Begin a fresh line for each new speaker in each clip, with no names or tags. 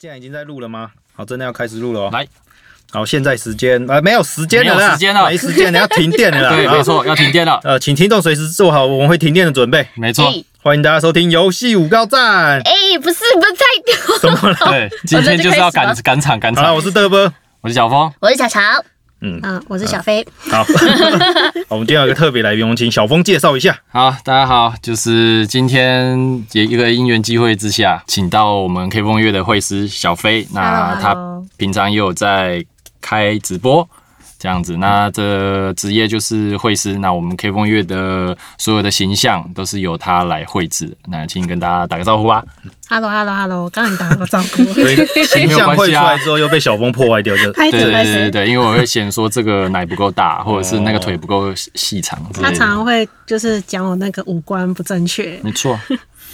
现在已经在录了吗？好，真的要开始录了哦。
来，
好，现在时间呃没有时间了啦，
没有时间 了
没时间了，要停电 了啦。
对，
好
没。错，要停电了，
呃，请听众随时做好我们会停电的准备。
没
哎。
错，
欢迎大家收听游戏五高站
哎，不是不是太
什么啦？
对，今天就是要赶
哦我这就开始
赶场赶
好了，
场。
我是德 波。
我是小峰，
我是小乔，
嗯，啊
嗯，我是小飞，
好。好，我们今天有一个特别来宾，我们请小峰介绍一 下。
好，大家好，就是今天也一个因缘机会之下，请到我们 K 风乐的会师小飞，那他平常也有在开直播。这样子，那这职业就是会师。那我们 K 风乐的所有的形象都是由他来绘制。那请跟大家打个招呼吧。
Hello Hello Hello，刚刚你打了个招 呼，
所以形象绘
没有关
出
系啊
来之后，又被小峰破坏掉， 就
拍
哎
对
手
对
拍
对对
手。
对，因为我会嫌说这个奶不够大，或者是
哦
那个腿不够细长之
他
类
常
的。
常会就是讲我那个五官不正 确，
没错，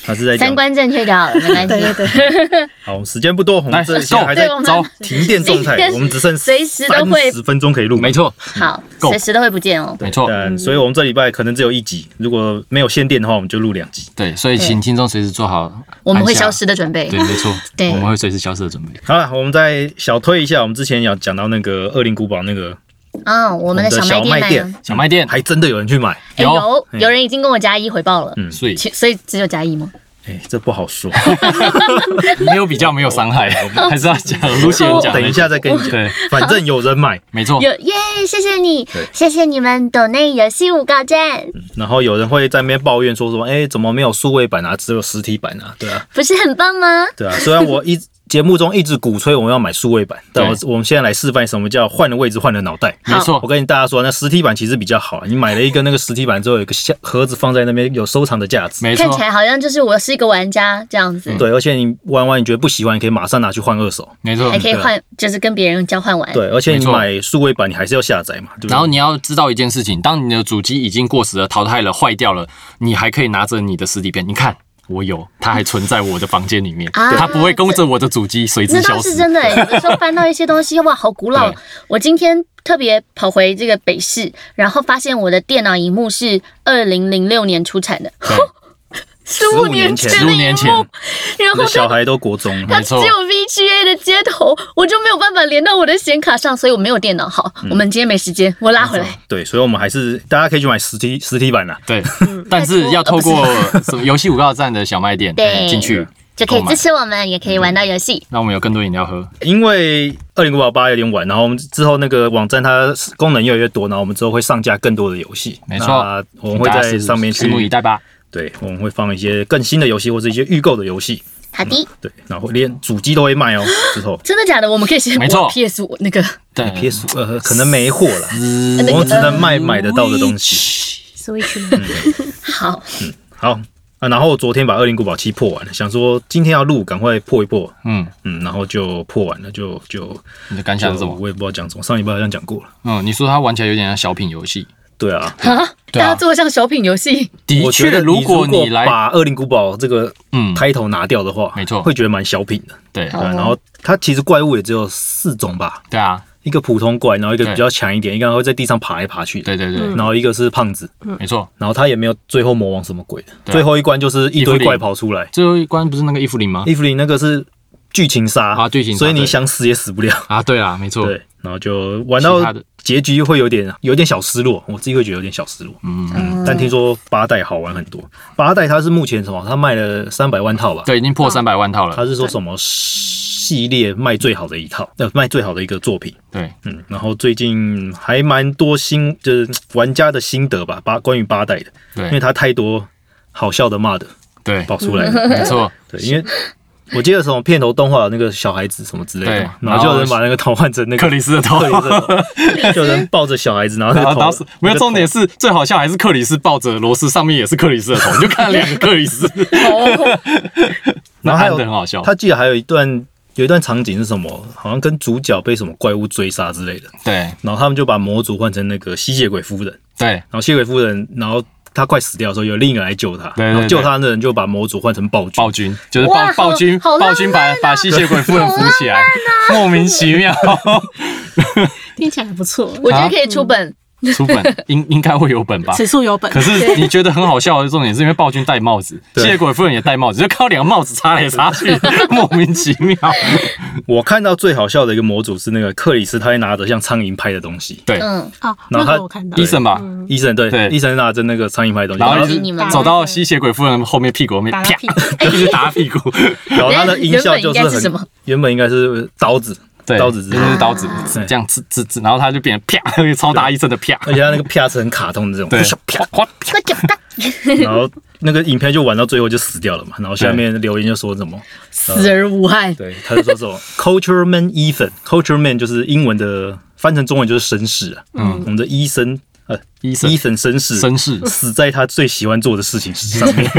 他是在
三
讲。
观正确就好了，没关
对对
系。
对，
好，我们时间不多，我们
来
这现在还在
对，我们
走
停电状态，我们只剩
随时都会
十分钟可以录。
没错，
好，
Go
随时都会不见哦。
没错，
嗯，所以我们这礼拜可能只有一集，如果没有限电的话，我们就录两集。
对，所以请听众随时做好
我们会
按下
消失的准备
对，。没错，
对
我们会随时消失的准备。
好了，我们再小推一下，我们之前有讲到那个恶灵古堡那个
嗯，我
我
们的小卖
小卖
店呢？
小卖店
还真的有人去买，
哎
有
有
嗯
有人已经跟我加一回报了，
嗯
所以
其所以只有加一吗？
哎、这不好 说，哦
没有比较，没有伤 害，还是要讲卢贤讲的。
等一下再跟你讲。
对，
反正有人买，
没错，
有耶，谢谢你
哦对，嗯
谢谢你们抖内游戏五高站，
然后有人会在那边抱怨说什么，哎、怎么没有数位版啊，只有实体版啊？对啊，
不是很棒吗？
对啊。虽然我一节目中一直鼓吹我们要买数位 版，但我
对
我们现在来示范什么叫换了位置换了脑袋。
没
我
错，
跟大家说，那实体版其实比较好，啊你买了一个那个实体版之后，有一个箱盒子放在那边，有收藏的价值。
没
看起
错，
来好像就是我是一个玩家这样子，
对，而且你玩完你觉得不喜欢，你可以马上拿去换二手。
没错
还。可以
对啊
换，就是跟别人交换玩。
对，而且你
没错
买数位版，你还是要下载嘛，对不对？
然后你要知道一件事情，当你的主机已经过时了、淘汰了、坏掉了，你还可以拿着你的实体片，你看。我有，它还存在我的房间里面，
啊
它不会跟着我的主机随之
那
消
倒
失
是。真的、欸，有的时候翻到一些东西，哇，好古老
对。
我今天特别跑回这个北市，然后发现我的电脑荧幕是二零零六年出产的，
对，
十
15年
年
前
前
十
的
五
荧
年前，
幕，然
你
后
的小
它
孩都国中了，
它
没
只
错
有 VGA 的接头，我就没有办法连到我的显卡上，所以我没有电脑。好，
嗯
我们今天没时间，我拉回来。
对，所以我们还是大家可以去买实体实体版啦。
对，
嗯
但是要透过 什么游戏五告站的小卖店
对
进去，
就可以
购买
支持我们，也可以玩到游戏。
那我们有更多饮料喝。
因为二零五宝八有点晚，然后我们之后那个网站它功能越来越多，然后我们之后会上架更多的游戏。
没错
那我们会
大家
在
拭
上面
拭目以
去，
待吧。
对，我们会放一些更新的游戏或者一些预购的游戏，
好
嗯
的，
对，然后连主机都会卖哦。之 后
真的假的？我们可以先
没错
PS 五那个
对
PS 呃可能没货了，
嗯
我们只能卖买得到的东西。
西。
所以去买
好，
嗯
好啊，然后我昨天把《恶灵古堡七》破完了，想说今天要录，赶快破一破，
嗯，
嗯，然后就破完了，就就
你的感想是什
就
么？
我也不知道讲什么，上礼拜好像讲过了。
嗯，你说它玩起来有点像小品游戏。
对啊，
对
大家
啊，
做像小品游戏，
的
我觉
确，
得
如果
你
你来，
把《恶灵古堡》这个
嗯，
开头拿掉的话，
没错
会觉得蛮小品的。
对
对啊、
哦
然后它其实怪物也只有四种吧，
对啊，
一个普通怪，然后一个
对
比较强一点，一个会在地上爬来爬去的，
对对对，
嗯
然后一个是胖子，
没错。
然后他也没有最后魔王什么鬼的，
对啊
最后一关就是一堆
伊芙琳
怪跑出来，
最后一关不是那个伊芙琳吗？
伊芙琳那个是剧情杀
啊剧情杀
所以你
对
想死也死不了。
啊，对啦，没错。
对，然后就玩
其
到
他的
结局会有点有点小失落，我自己会觉得有点小失落。
嗯，
但听说八代好玩很多，八代它是目前什么？它卖了三百万套吧？
对，已
嗯
经破三百万套了。
它是说什么系列卖最好的一套，呃，卖最好的一个作品。
对，
嗯，然后最近还蛮多新，就是玩家的心得吧，八关于八代的，因为
对，
它太多好笑的骂的
对，
跑出来 了。
没错。
对，因为我记得什么片头动画有那个小孩子什么之类的嘛，
对
然后就有人把那个头换成那个
克里斯的头
克。里斯的 头，就有人抱着小孩子，然后那
然
个
后
头
当时没有重点，是最好笑还是克里斯抱着罗斯，上面也是克里斯的头，你就看两个克里斯，
哦，
然后还有
那按得很好笑。
他记得还有一段有一段场景是什么？好像跟主角被什么怪物追杀之类的，
对
然后他们就把魔族换成那个吸血鬼夫人，
对
然后吸血鬼夫人，然后他快死掉的时候，有另一个人来救他，
对对
然后救
对
他的人就把魔族换成暴君，
暴君，就是
哇
暴暴君，
好好浪漫啊
暴君把把吸血鬼夫人扶 起来，莫名其妙。
听起来不错。
啊
我觉得可以出本
出本应应该会有本吧？
此处有本。
可 是你觉得很好笑的重点是因为暴君戴帽子，
对
谢鬼夫人也戴帽子，就看到两个帽子插来插 去，莫名其妙。
嗯
我看到最好笑的一个模组是那个克里斯，他会拿着像苍蝇拍的东西，
对，
嗯，
哦，
然
那
后他
个我看到
医生吧，
医生对
对
医生拿着那个苍蝇拍的东西，
然
然
后
后
就
你们
是走到吸血鬼夫人后面屁股后面，
打
啪
他屁，股
一直打他屁股。
哎
然后他的音效就
原本应该是什
很
么
原本应该是刀子，
对，
刀子之
就
类
是
的，
刀子，这样刺刺刺，然后他就变成啪， 那个超大一声的啪，
而且他那个哎啪是很卡通的这种，
对，
啪，
哗啪，
那就嘎
然后那个影片就玩到最后就死掉了嘛，然后下面留言就说什么，
死而无 憾。
对，他就说 什么 culture man Ethan，culture man 就是英文的翻成中文就是绅士啊，嗯，我们的医生呃
医生，
，Ethan 绅士，
绅士，
死在他最喜欢做的事情上 面，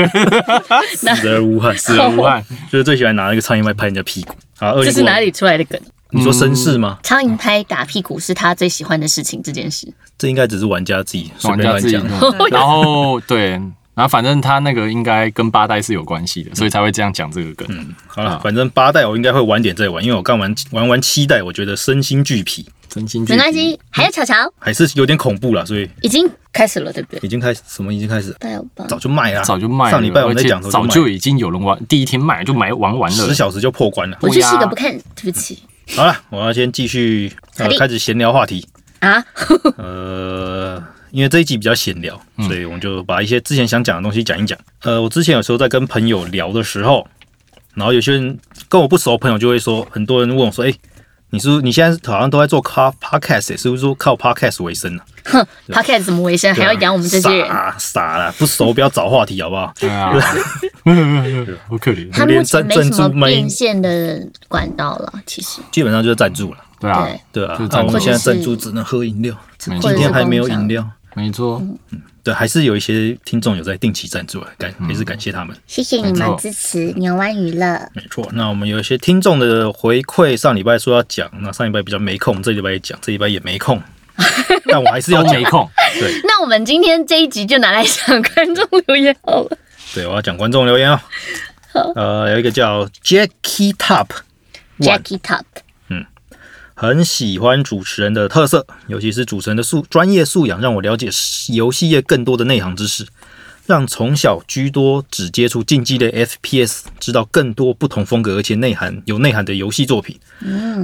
死而无憾，死
死而无憾。
就是最喜欢拿那个苍蝇拍拍人家屁股。好，二
这
零
是哪里？出来的梗？
你
嗯
说绅士吗？
苍蝇拍打屁股是他最喜欢的事情，这件事。
这应该只是玩家自己 随
玩
便
家
乱
自己
讲。
弄。然后对，然后反正他那个应该跟八代是有关系的，所以才会这样讲这个梗。
好了，反正八代我应该会晚点再玩，因为我刚玩玩完七代，我觉得身心俱疲，
真心
没关系，还有巧巧
还是有点恐怖了，所以
已经开始了，对不对？
已经开始什么已经开始
大家有帮
早就卖了，啊
早就卖了，
上礼拜我
而
们在
且
讲的时候
早
卖
就已经有人玩，第一天卖就买玩完了
十。小时就破 关了。
我就是一
对
个
啊
不看，对不起
好了，我要先继续呃
好的
开始闲聊话题。
啊。
呃，因为这一集比较闲聊，
嗯
所以我们就把一些之前想讲的东西讲一讲。呃，我之前有时候在跟朋友聊的时候，然后有些人跟我不熟的朋友就会说，很多人问我说：“哎、你是不是你现在好像都在做 car podcast，、是不是欸说靠 podcast 为生呢、啊
哼 p o d c a s 怎么为生，还要养我们这些人？
傻傻啦，不熟不要找话题好不好？
对啊，好可怜。
他目
连赞
前没什么
赞助卖
变现的管道了，其实
基本上就是赞助了，
对啊，
对
对啊
就是。赞
那、
助
我们现在赞助只能喝饮料，
没
或
错
今
者，
天还没有饮料。
没错，
对，还是有一些听众有在定期赞助啊，感
嗯
也是感谢他们。
谢谢你
没
们
错
支持牛湾娱乐。
没错，那我们有一些听众的回馈，上礼拜说要讲，那上礼拜比较没空，这礼拜也讲，这礼拜也没 空，但我还是要
都
讲
没。 空。
那我们今天这一集就拿来想观众留言好了。
对，我要讲观众留言哦。呃，有一个叫 Jackie Top，哇
Jackie Top，
很喜欢主持人的特色，尤其是主持人的素专业素养，让我了解游戏业更多的内行知识，让从小居多只接触竞技类 FPS，知道更多不同风格而且内涵有内涵的游戏作品。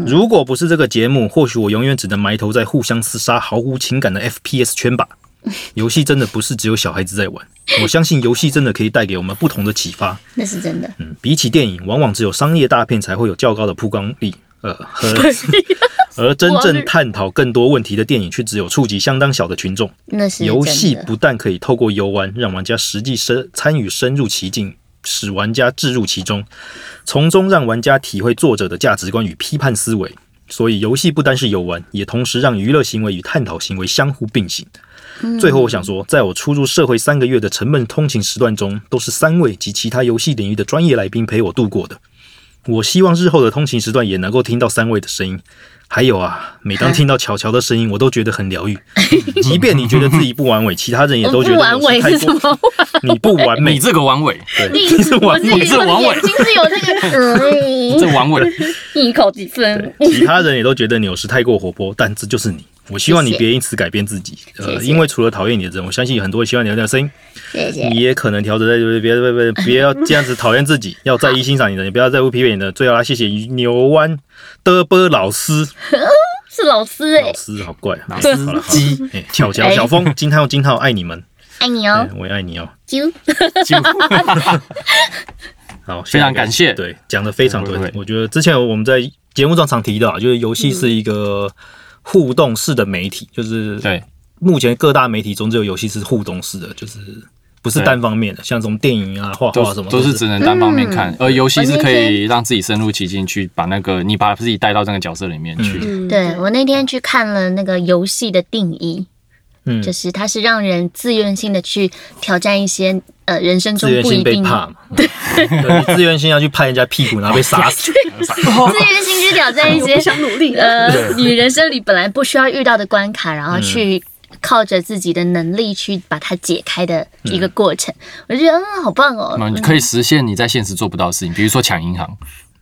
如果不是这个节目，或许我永远只能埋头在互相厮杀、毫无情感的 FPS 圈吧。游戏真的不是只有小孩子在玩，我相信游戏真的可以带给我们不同的启发。
那是真的。
嗯，比起电影，往往只有商业大片才会有较高的曝光率。呃，和 而真正探讨更多问题的电影，却只有触及相当小的群众。
那是真的
游戏不但可以透过游玩让玩家实际深参与深入其境，使玩家置入其中，从中让玩家体会作者的价值观与批判思维。所以，游戏不单是游玩，也同时让娱乐行为与探讨行为相互并行。最
嗯
后，我想说，在我初入社会三个月的沉闷通勤时段中，都是三位及其他游戏领域的专业来宾陪我度过的。我希望日后的通勤时段也能够听到三位的声音。还有啊，每 当听到巧巧的声音，我都觉得很疗愈。即便你觉得自己不完美，其他人也
我
都觉
哦 不
得
完美
你太
是什
过
么？
你不完 美
你，这个王伟，
对，
你
是完美
我是
这王伟
眼睛是有 那个，
这
嗯，
王伟，
一口几分
对，其他人也都觉得你有时太过活泼，但这就是你。我希望你
谢谢
别因此改变自己，呃，
谢谢
因为除了讨厌你的人，我相信有很多人喜欢你的声音，
谢谢
你。也可能调整在别别 别别别要这样子讨厌自己，要在意欣赏你的，你不要在乎批评你的。最后来谢谢牛湾的波老师，
是老师哎
老，师好怪啊，
老司
好了
机，
哎，巧巧
哎
小峰惊叹号惊叹号爱你们，
爱你
哎
哦，
我也爱你哦。
啾。
就
好，
非常感谢
对，讲的非常
不会
对
不。会
我觉得之前我们在节目上常提到啊，就是游戏是一个互动式的媒体，就是
嗯对
目前各大媒体中只有游戏是互动式的，就是不是
对
单方面的，像什么电影啊、画画
都
什么
都是只能单方面
嗯
看，而游戏是可
我那
以让自己深入其境，去把那个你把自己带到那个角色里面去。
嗯
对我那天去看了那个游戏的定义，
嗯
就是它是让人自愿性的去挑战一些呃人生中
自愿
不一
性被
定
怕嘛，嗯 对，你自愿性要去拍人家屁股，然后被杀 死，
自愿性去挑战一些
我 不想努力了。
呃你人生里本来不需要遇到的关卡，然
嗯
后去靠着自己的能力去把它解开的一个过程，我就觉得嗯好棒哦，
嗯，可以实现你在现实做不到的事情，比如说抢银行，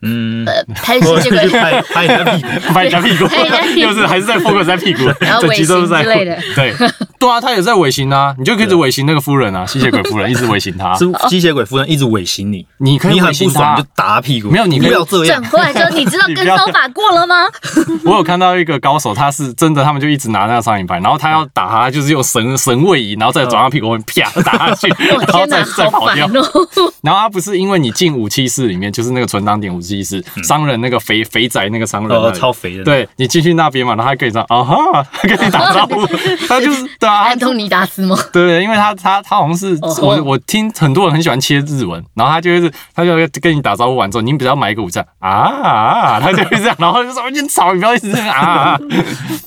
嗯，
呃，拍
我
是这
去
个。
拍拍你的屁股，
拍人家 屁股
拍人家，屁股
又是还是在 focus 在 屁股
然，后
整集都是在
尾行之类的
对对啊，他也在尾行啊，你就可以一直尾行那个夫人啊，吸血鬼夫人一直尾行他，
是吸血鬼夫人一直尾行你，
你可以
你很
尾行
不爽
他
你就。打他屁股，
没有你
不
可以
要这
转
样，
过来之后，你知道
你不
跟
要
骚法过了吗？
我有看到一个高手，他是真的，他们就一直拿那个苍蝇拍，然后他要打他，就是用绳绳位移，然后再转到屁股后面啪打下去，
我
然后
天
再
哪，
再
好
跑
烦
掉。
哦！
然后他不是因为你进武器室里面，就是那个存档点武器室，商人那个肥肥宅那个商人那
嗯哦，
里
超肥的，，
对你进去那边嘛，然后他跟你说啊哈， 他跟你打招 呼，他就是对啊，他
安东尼达斯 吗？
对，因为他他他好像是
哦吼
我我听很多人很喜欢切日文，然后他就会是他就会跟你打招呼完之后，你比较买一个午餐啊啊，他就会这样，然后就说你很吵，你不要一直这样啊啊，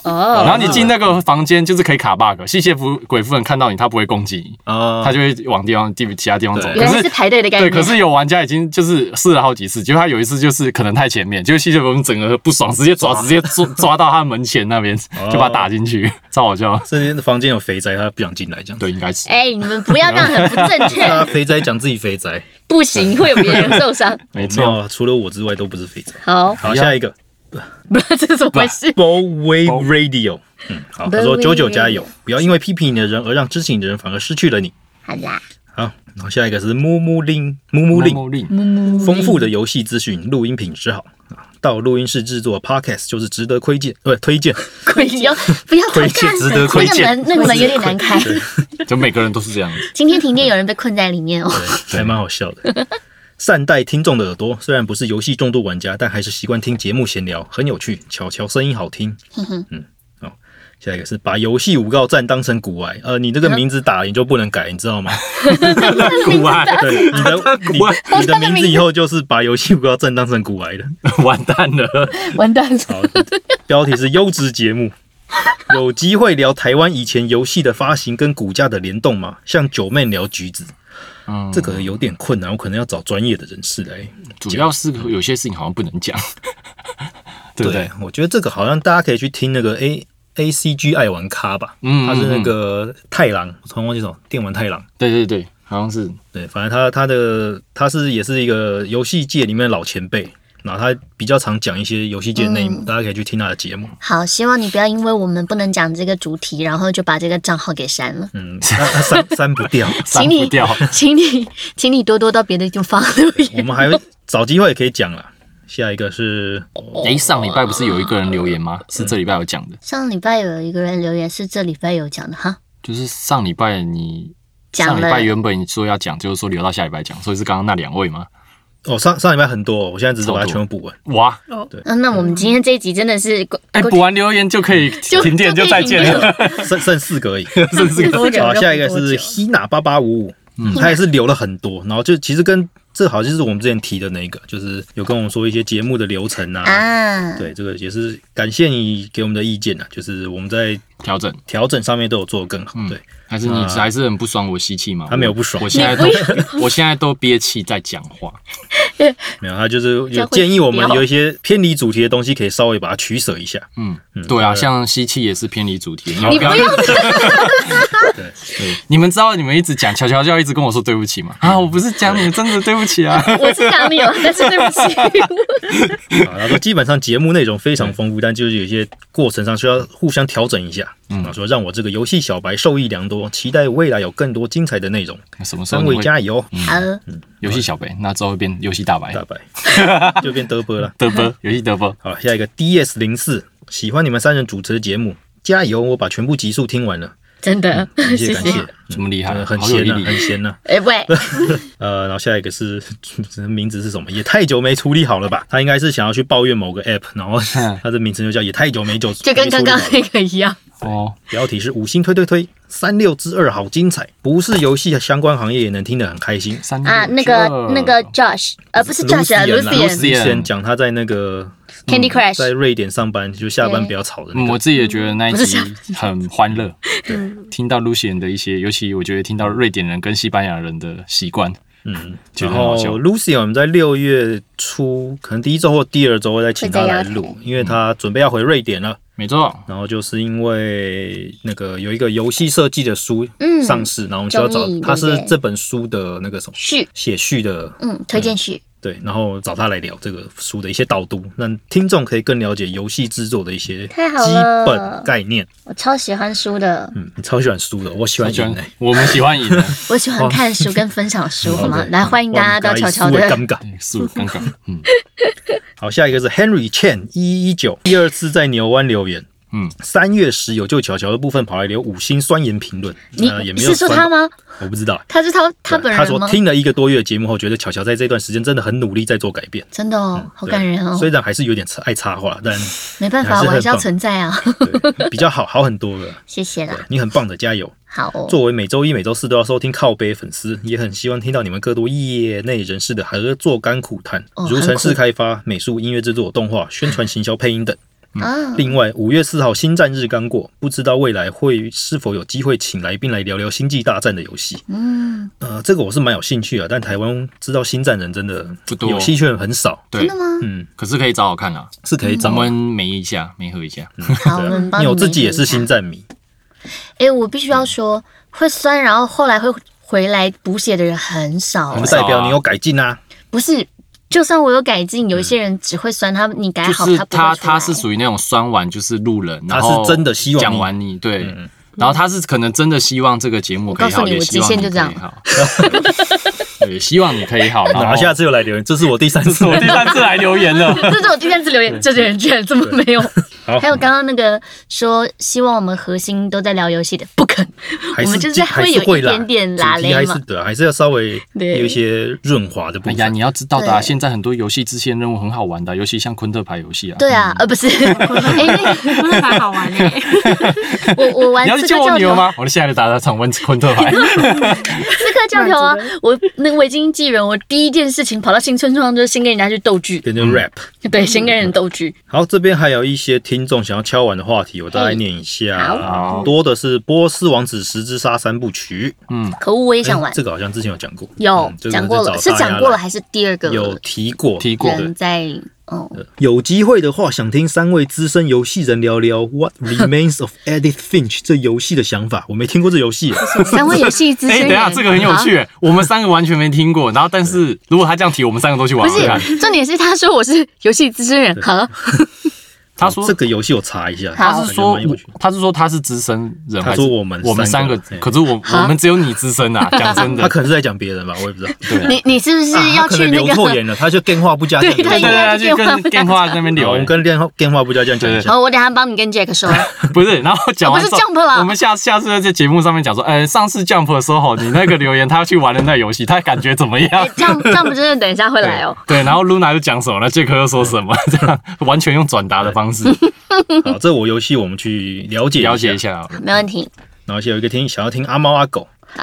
啊然后
哦，
你进那个房间就是可以卡 bug，吸血夫鬼夫人看到你，他不会攻击你，
啊，
他就会往地方地其他地方走，
对
可
原来是
是。
排队的概
对，
念。
可是有玩家已经就是试了好几次，结果他有一次就是可能太前面，结果吸血鬼夫人整个不爽，直接抓直接抓抓到他门前 那边，就把他打进去，超好笑。
这边房间有肥宅，他不想进来这样，，
对，应该是。
哎、你们不要这样，很不正确，
他肥宅讲自己肥宅，
不行，会有别人受伤。
没
没
错，
有，啊除了我之外都不是肥宅。
好，
好，下一个
不知道这是怎么回事。
Bowway Radio，嗯，好，他说
Bowway
九九加油，不要因为批评你的人而让支持你的人反而失去了你。
好啦，
好，然后下一个是木木令木木令，
令
木木
丰富的游戏资讯，录音品质好啊，到录音室制作 Podcast 就是值得推荐，呃，推荐，
亏你要不要偷
亏
看
欠值得亏欠
那个门那个门有点难开。
就每个人都是这样子。
今天停电，有人被困在里面哦。
对，还蛮好笑的。善待听众的耳朵，虽然不是游戏重度玩家，但还是习惯听节目闲聊，很有趣。巧巧声音好听，嗯，好，下一个是把游戏五告站当成古玩，呃，你这个名字打了你就不能改，你知道吗？
古玩，
对，你的
古玩
你你的名字以后就是把游戏五告站当成古玩的。
完蛋了，
完蛋了，
好，标题是优质节目。 有机会聊台湾以前游戏的发行跟股价的联动吗？像九妹聊橘子，
嗯
这个有点困难，我可能要找专业的人士来。
主要是有些事情好像不能讲， 对不对？
我觉得这个好像大家可以去听那个 A A C G 爱玩咖吧，
嗯
他是那个太郎，我突然忘记什么电玩太郎。
对对对，好像是
对，反正他他的他是也是一个游戏界里面的老前辈，然后他比较常讲一些游戏界内
嗯
幕，大家可以去听他的节目。
好，希望你不要因为我们不能讲这个主题，然后就把这个账号给删了。
嗯，他他删删不 掉。
删
请
不
你
掉。
请你，请你多多到别的地方留
我
言。
们还会找机会也可以讲啦。下一个是
哦
哎，上礼拜不是有一个人留言吗？是这礼拜有讲的，
上礼拜有一个人留言是这礼拜有讲的哈，
就是上礼拜你
讲
上
了
礼拜原本说要讲，就是说留到下礼拜讲，所以是刚刚那两位吗？
哦，上上礼拜很多哦，我现在只是把它
超多
全部补完。
哇，
嗯、那我们今天这一集真的是
哎，补完留言就可以停电，就再见了。。
剩 剩四个而嗯已。
就可以停电
多久
好，
要
下一个
补多
是
久
Hina 八八五五，他也是留了很多，然后就其实跟这好像就是我们之前提的那个，就是有跟我们说一些节目的流程啊。
啊，
对，这个也是感谢你给我们的意见啊，就是我们在
调整
调整上面都有做得更好。对，
还是你还是很不爽我吸气吗？
他没有不爽
我现在都 我现在都憋气在讲话。
没有，他就是有
教会
建议我们
聊
有一些偏离主题的东西，可以稍微把它取舍一下。
嗯，对啊，
对
像吸气也是偏离主题，
你不要
对，
对你们知道你们一直讲乔乔就要一直跟我说对不起吗？ 啊，我不是讲你们，真的对不起啊。
我是讲你了，哦但是对不起，
啊，他说基本上节目内容非常丰富，但就是有一些过程上需要互相调整一下。嗯，说让我这个游戏小白受益良多，期待未来有更多精彩的内容。
什么时候
三
你
位
会
加油，
好，
游戏小白？那之后会变游戏大白
大，白 就变德波了。
德波游戏德波。
好，下一个 DS 零四，喜欢你们三人主持的节目，加油！我把全部集数听完了，
真的，
感嗯谢
谢
感谢
谢。，
这么厉害啊
呃，很
好有
闲
毅
呐、很
力。
闲呐、啊
哎、喂，
呃，然后下一个是 名字是什么？也太久没处理好了吧？他应该是想要去抱怨某个 app，然后 他的名称就叫也太久没就
就跟 刚刚那个一样，
哦，
标题是五星推推推，三六之二好精彩，不是游戏相关行业也能听得很开心。
三
啊，那个那个 Josh，呃，不是 Josh 啊
Lucian 啦
，Lucian
Lucian
讲他在那个嗯
Candy
在
Crush，
瑞典上班，就下班不要吵的那
嗯，
个。
我自己也觉得那一
不是
集
想
很欢 乐。听到 Lucian 的一些，尤其我觉得听到瑞典人跟西班牙人的习惯，
嗯，
觉
然
得很好
后
笑
Lucy 我们在六月初，可能第一周或第二周会再请他来
会再
录，因为他准备要回瑞典了。
没错，
然后就是因为那个有一个游戏设计的书
嗯
上市，然后我们就要找
中译
他
对
是
不对
这本书的那个什么
续，
写序的
嗯，推荐序，
对，然后找他来聊这个书的一些导读，让听众可以更了解游戏制作的一些
太好
基
了
本概念。
我超喜欢书的，
嗯，你超喜欢书的，我喜欢
完
赢
全
哎、
我们喜欢赢 的，
我喜欢看书跟分享书，好吗？
对
来，欢迎大家到乔乔的
欸哇你思维尴尬。
哎是刚刚，嗯，
好，下一个是 Henry Chen 一一九，第二次在牛湾留言。
嗯，
三月十有就巧巧的部分跑来留五星酸言评论，
你
呃、也没有
是说
酸
他吗？
我不知道。
他是他他本
他
人
说
吗？
听了一个多月的节目后，觉得巧巧在这段时间真的很努力在做改变，
真的哦，好
对
感人哦。
虽然还是有点爱插话，但
没办
还
法，
是
我还
很
是要
棒
存在啊。
对比较好，好很多了。
谢谢
对
啦，
你很棒的，加油！
好哦。
作为每周一、每周四都要收听靠背粉丝，也很希望听到你们更多业内人士的合作甘苦谈
哦，
如城市
很苦
开发、美术、音乐制作、动 画、宣传、行销、配音等。
啊，
另外，五月四号《星战日》刚过，不知道未来会是否有机会请来宾来聊聊《星际大战》的游戏。
嗯，
呃，这个我是蛮有兴趣啊，但台湾知道《星战》人真的
不多
有兴趣的人很少。
对
真的，吗？
嗯，
可是可以找我看啊，
是可以
咱
找
们没一下，没合一下，
好，我
对
们
啊，
帮
因为
你
我自己也是
媒体一下
星战迷，
哎、我必须要说，会酸，然后后来会回来补血的人很少、
不
很
欸
少
代表你有改进啊。
不是，就算我有改进，有一些人只会酸他，你改
就
好
是
不会
他
出来
他是属于那种酸完就是路人，
他
然
是
后
真的希望你
讲完你对。然后他是可能真的希望这个节目可以
我告
好，
诉你
也
我
希望
极限
你
就
可
这样
以 好，对，希望你可以 好。然后
拿下次又来留言，这是我第 三次，
我第三次来留言了，
这是我第三次留言，这些人居然这么没有。
好
还有刚刚那个说希望我们核心都在聊游戏的，不肯。
还
我们
是
就是
进
会
还是
有一
会啦，
点点
主
拉
题
勒
还
嘛
是对啊，还是要稍微
对
有一些润滑的部
哎呀，
分。
你要知道的、啊，
对
现在很多游戏支线任务很好玩的，尤其像昆特牌游戏啊。
对啊，呃，不是，哎、那个
不是还好玩欸嘞、
我我玩
你要
刺
去
客
救我
教
女儿
条，
吗？我现在来打打场问昆特牌。
刺客教条啊，我那个维京纪人，我第一件事情跑到新村庄就是先跟人家去斗剧，
跟着
嗯
rap，
对，先跟人斗剧。
好，这边还有一些听众想要敲完的话题，我大概念一下啊
好。
多的是《波斯王子十之杀》三部曲，
可恶，我也想玩
哎
诶。这个好像之前有讲过，
有
嗯这个
讲过了，
就是找大家
讲过了
来
还是第二个
有提过，
提过
对
人在？哦，
有机会的话，想听三位资深游戏人聊聊《What Remains of Edith Finch》这游戏的想法。我没听过这游戏，啊
三位游戏资
哎、等
深
一
人，
下，这个很有趣、我们三个完全没听过。然后，但是如果他这样提，我们三个都去
啊。不
玩玩看。
是，重点是他说我是游戏资深人，好，
他说
这个游戏我查一下，
好
他是说
感觉蛮有趣的
我，他是说他是资深人，
他
还
说
是
我们
我们
三
三
个哎
个
嘿？
可是我
哈
我们只有你资深啊， 讲真
他
的。
可能是在讲别人吧，我也不知道。
对
你你是不是
啊
要
他可
去
能
那
留错
个？
言了，他就电话不加
对
酱油
他
对
应
对
该
对，就
电话
跟电话在那边
哦好我
聊
们。跟电话电话不加酱油讲一下。
好，我等一下帮你跟 Jack 说。哎
哎不是，然后讲完之后
哦不是 Jump 啦
我们下下次在节目上面讲说，呃，上次 Jump 的时候，你那个留言，他去玩的那游戏，他感觉怎么样？
哎这样这样不真的等一下会来哦。
对，然后 Luna 就讲什么，那杰克又说什么，这样完全用转达的方式
好，这我游戏我们去了解
了解一。下。
没问题
然后有一个听想要听阿猫阿狗，
啊！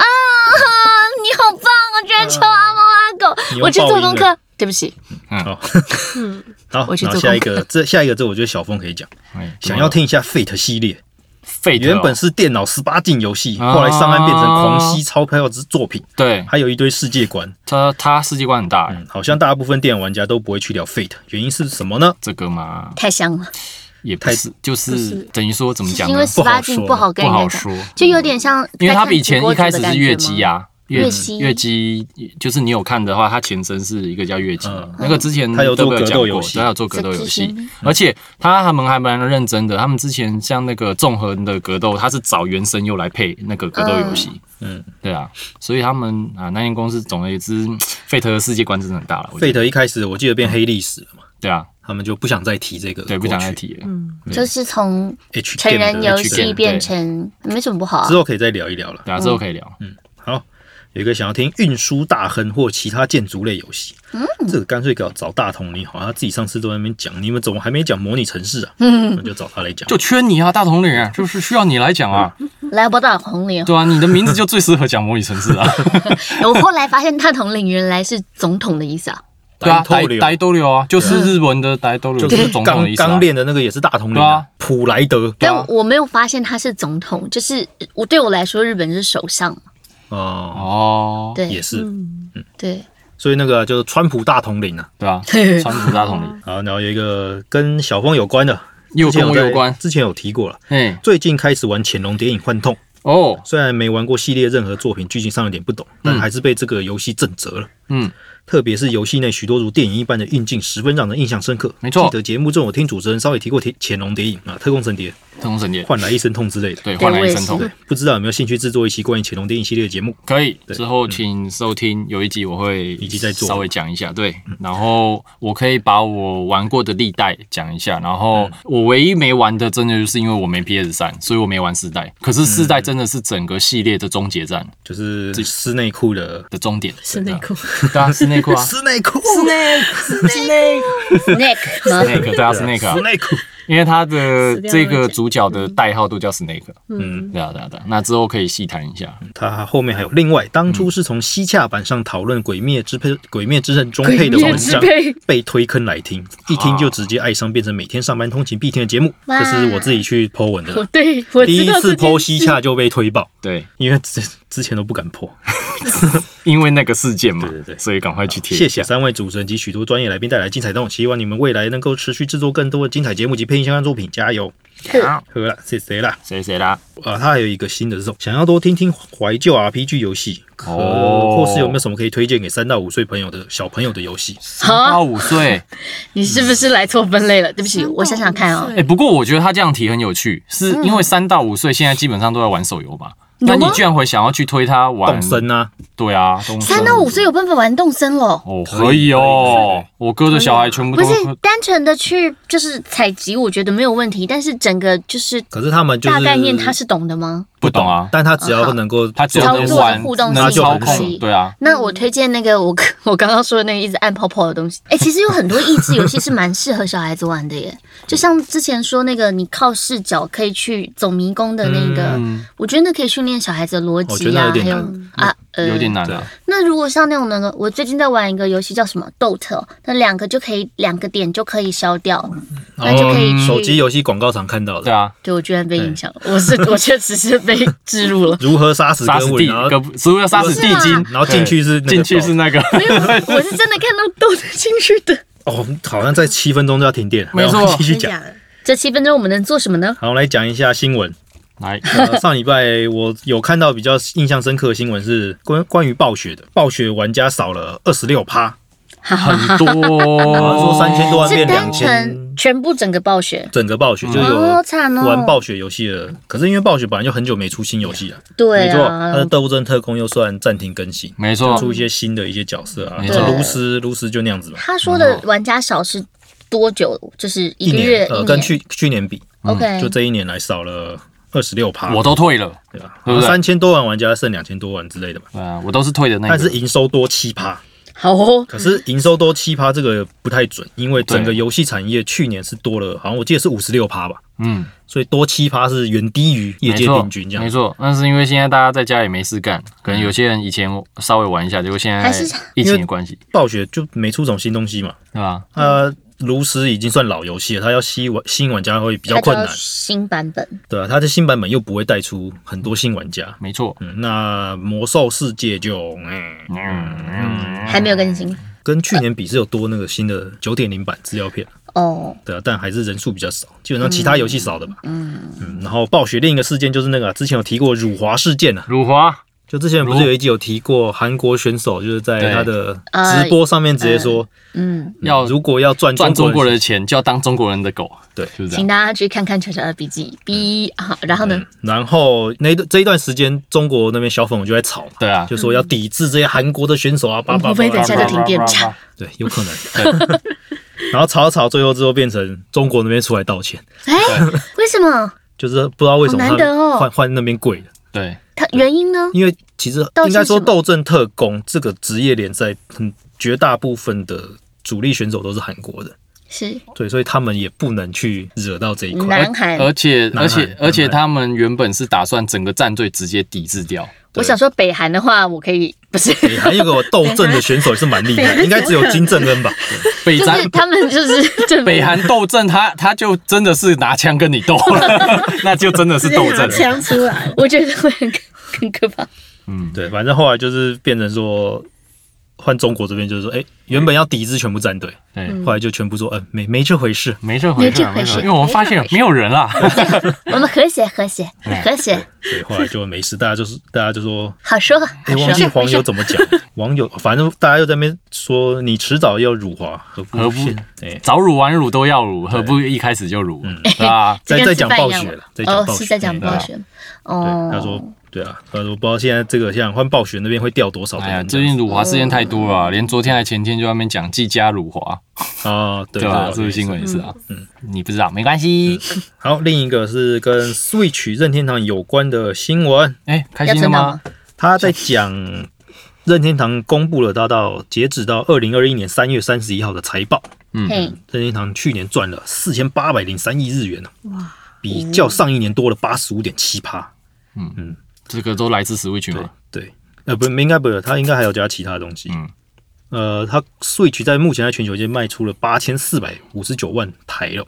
你好棒哦，居
嗯
然抽阿猫阿狗
你，又
我去做功
报应
课。对不起，
好，
嗯，
好，
我去
然
做
后下一个这下一个这我觉得小峰可以讲，
哎
想要听一下 Fate 系列，
Fate
原本
哦
是电脑十八禁游戏，
啊
后来上岸变成狂吸钞票之作品，
对
还有一堆世界观。
他他世界观很大，
嗯，好像大部分电脑玩家都不会去聊 Fate，原因是什么呢？
这个嘛
太香了，
也不
太
是，就是
是
等于说怎么
就是
讲
因
呢
为？十八禁
不
不
好
好
不
跟人家
好
讲。
说，嗯
就有点像在看直播主的感觉吗，
因为它比以前一开始是月姬啊，
月
月
姬
月姬就是你有看的话，它前身是一个叫月姬
嗯，
那个之前
它有做
都有
格斗
讲
游
过，
戏
它有做格斗游
是
戏
提醒，
而且他他们还蛮认真的，他们之前像那个纵横的格斗，他是找原声优来配那个格斗游戏，
嗯
嗯，对啊，所以他们啊那间公司总而言之，费特的世界观真的很大了，我觉得
Fate 一开始我记得变黑历史了嘛，
对啊，
他们就不想再提这个，
对，不想再。提了，
嗯就是从
H
成
game
人
的
游
H
戏
game
变成没什么不好啊
之。后可以再聊一聊了。
对啊，
嗯
之后可以聊，
好，有一个想要听运输大亨或其他建筑类游戏，这个干脆搞找大同你好，他自己上次都在那边讲，你们怎么还没讲模拟城市啊？
嗯
那就找他来讲。
就缺你啊，大统领，就是需要你来讲啊，
来不到红领，
对啊，你的名字就最适合讲模拟城市 啊。
我后来发现大统领原来是总统的意思啊。
对啊，
呆
呆
豆流
呆豆流啊，就是日文的呆豆流，
就
就是是总统的
刚
意思、啊
刚。练的那个也是大同领、
对啊
普莱德
啊
但我没有发现他是总统，就是我对我来说，日本是首相嘛。
哦，
哦，
也
对
是，
嗯
对，
所以那个就是川普大统领啊。
对啊， 川普大 统领
好，然后有一个跟小峰有关的，
又
之前
跟我
在
有关。
之前有提过了。
哎，
最近开始玩《潜龙谍影：幻痛》，
哦，
虽然没玩过系列任何作品，剧情上有点不懂，但还是被这个游戏震折了。
嗯，
特别是游戏内许多如电影一般的运镜，十分让人印象深刻。
没错
记得节目中我听主持人稍微提过《潜龙谍影》啊，《特工神谍》
特工神殿，
换来一身痛之类的。
对，换来一身
我也
痛，
不知道有没有兴趣制作一期关于《潜龙谍影》系列的节目？
可以。
对
之后请收听，有一集我会
以及再做嗯
稍微讲一下，对。然后我可以把我玩过的历代讲一下，然
嗯
后我唯一没玩的，真的就是因为我没 PS 三，所以我没玩四代。可是
嗯
四代真的是整个系列的终结战
就是室内裤的
的终点，
是内裤，
对啊，是内裤啊
室内裤，
内裤，是内裤，
Snake 吗？
，Snake，对啊，Snake 啊
室，内裤。
因为他的
死掉
这
了
个
解
主角的代号都叫 Snake，
嗯，
对啊，对啊，对啊。那之后可以细谈一下，
它后面还有另外，当初是从西洽版上讨论《鬼灭之配》《鬼灭之刃》中配的文章
鬼灭之配
被推坑来听，一听就直接爱上，变成每天上班通勤必听的节目。
哇
这是我自己去 Po 文的
我
啦，
对 我
第
知
一
道
次
这件
Po 西洽就被推爆，
对，
因为之之前都不敢 Po。
因为那个事件嘛，
对对对
所以赶快去贴。
谢谢三位主持人及许多专业来宾带来精彩内容，希望你们未来能够持续制作更多的精彩节目及配音相关作品，加油！
好，
好了，谢谢啦。
谁谁啦？
啊，它还有一个新的这种，想要多听听怀旧 RPG 游戏，可、
哦
或是有没有什么可以推荐给三到五岁朋友的小朋友的游戏？
三到五岁，
你是不是来错分类了？对不起，我想想看哦。
哎，不过我觉得他这样提很有趣，是
嗯
因为三到五岁现在基本上都在玩手游吧？那你居然会想要去推他玩
动？森啊，
对啊，动森
三到五岁有办法玩动森了，
哦，可以哦。我哥的小孩全部
不
都
是单纯的去就是采集，我觉得没有问题。但是整个就是
可是他们就是
大概念他是懂的吗？
不懂啊，
但他只要能够
他只要
操
能
作
玩
互动，
能
性
操
的东西
控，对啊，
那我推荐那个我 我刚刚说的那个一直按泡泡的东西，哎、其实有很多益智游戏是蛮适合小孩子玩的耶。 就像之前说那个，你靠视角可以去走迷宫的那个，
嗯
我觉得那可以训练小孩子的逻
我觉
辑
得
啊，
有点
还有啊呃，
有点难啊。
那如果像那种那个，我最近在玩一个游戏叫什么 Dot，哦那两个就可以两个点就可以消掉，
嗯
那就可以去
哦手机游戏广告常看到
嗯对
的。。
啊，
对我居然被影响了，我是 我确实是被置入了
如何杀死
杀
哥
死
问，
地
然后
哥，除了杀死地
是
精
啊，
然后进去是那个
进去是那个，
没有，我是真的看到 Dot 进去 的。
哦，好像在七分钟就要停电，
没错
然后继续
真
讲。
假的？
这七分钟我们能做什么呢？
好，来讲一下新 闻。
来，
呃上礼拜我有看到比较印象深刻的新闻是关关于暴雪的，暴雪玩家少了二十六趴，
很 多，
好像说三千多万
是
变
单
两
纯
千，
全部整个暴雪，
整个暴雪就有
哦好惨哦
玩暴雪游戏了。可是因为暴雪本来就很久没出新游戏了，
对
没错
它的
啊
《斗争特工》又算暂停更新，
没错，
出一些新的一些角色啊，
嗯没
就
错
卢斯，卢斯就那样子嘛。
他说的玩家少是多久？就是一个月
年，呃，跟去去年比，
OK，
就这一年来少了二十六趴，
我都退了，
对吧？
对不对
三千多万玩家剩两千多万之类的吧，
对啊，我都是退的那个，
但是营收多七趴。
好哦，
可是营收多七趴这个不太准，因为整个
对
游戏产业去年是多了，好像我记得是五十六趴吧，
嗯，
所以多七趴是远低于业界平均这样嗯
没。错，那是因为现在大家在家也没事干，可能有些人以前稍微玩一下，结果现在
还是
疫情的关系，
暴雪就没出什么新东西嘛，
对吧？
它炉石已经算老游戏了，它要吸玩吸引玩家会比较
他
困
叫
难，
新版本，
对啊，它的新版本又不会带出很多新玩家。
没错，
嗯，那魔兽世界就嗯，
嗯，
还没有更新
跟去年比是有多那个新的九点零版资料片，
哦。
对啊，但还是人数比较少，基本上其他游戏少的吧。嗯然后暴雪另一个事件就是那个啊、之前有提过辱华事件啊，
辱华，
就之前不是有一集有提过韩国选手就是在
对
他的
呃
直播上面直接说，
嗯，
要
如果要赚
赚中国
人
人的钱就要当中国人的狗，
对
是不是这
请
样？
大家去看看《小小的笔记》B 好，然后呢
嗯，然后那一段这一段时间中国那边小粉红就在吵嘛，
对啊，
就说要抵制这些韩国的选手啊，叭叭
我
叭
会等
叭
一下就
叭，
停电，
啪啪啪啪
对，有可能。 对然后吵吵，最后之后变成中国那边出来道歉，
哎，为什么？
就是不知道为什么
好
他
难得哦
们换换那边跪了，
对，
它原因呢？
因为其实
道歉
应该说
什么
斗阵特工这个职业联赛，很绝大部分的主力选手都是韩国的，
是
对，所以他们也不能去惹到这一块。
南韩。
而且
南韩
而且
南韩
而且他们原本是打算整个战队直接抵制 掉，
我想说北韩的话，我可以不是，
北哎韩有个斗阵的选手也是蛮厉害的，应该只有金正恩吧？
北
就
战
是他们 就是政
北韩斗阵，他他就真的是拿枪跟你斗 了，那就真的是
直接
斗
拿
阵了。
枪出 来，
我觉得会很可很可怕。
对，反正后来就是变成说，换中国这边就是说，哎、原本要抵制全部战队，
对，
后来就全部说，嗯、没没这回事。
没这回事，
没这回事
因为我们发现没有人啦。
哎
我们和谐和谐
哎
和谐，
对，后来就没事，大家就是大家就说，
好说
哎、
好
忘记
说。
黄油怎么讲，网友反正大家又在那边说，你迟早要辱华，何
何
不
不
现？哎，
早乳晚乳都要乳，何不一开始就乳？对 吧？
再
这跟
再
吃
讲
饭
暴
一样
雪
嘛
了，再讲
哦，
暴
是
雪，
在讲
哎
暴
对
雪。
对
哦，，
他说，对啊，他说不知道现在这个像换暴雪那边会掉多少的
哎
人这
呀，
样子。
最近辱华事件太多了，连昨天还前天就在那边讲季家辱华，
啊，对
对吧？这
对
个新闻也是啊，嗯，你不知道没关系。
好，另一个是跟 Switch 任天堂有关的新闻，
哎，开
要
心了
存档
吗
吗？？
他在讲任天堂公布了他到截止到二零二一年三月三十一号的财报，
嘿，
任天堂去年赚了四千八百零三亿日元哇，比较上一年多了八十五点七趴。
这个都来自 Switch
对
嘛，
对，呃，不，应该不是，他应该还有加其他东西。
嗯
呃，它 Switch 在目前在全球已经卖出了八千四百五十九万台了，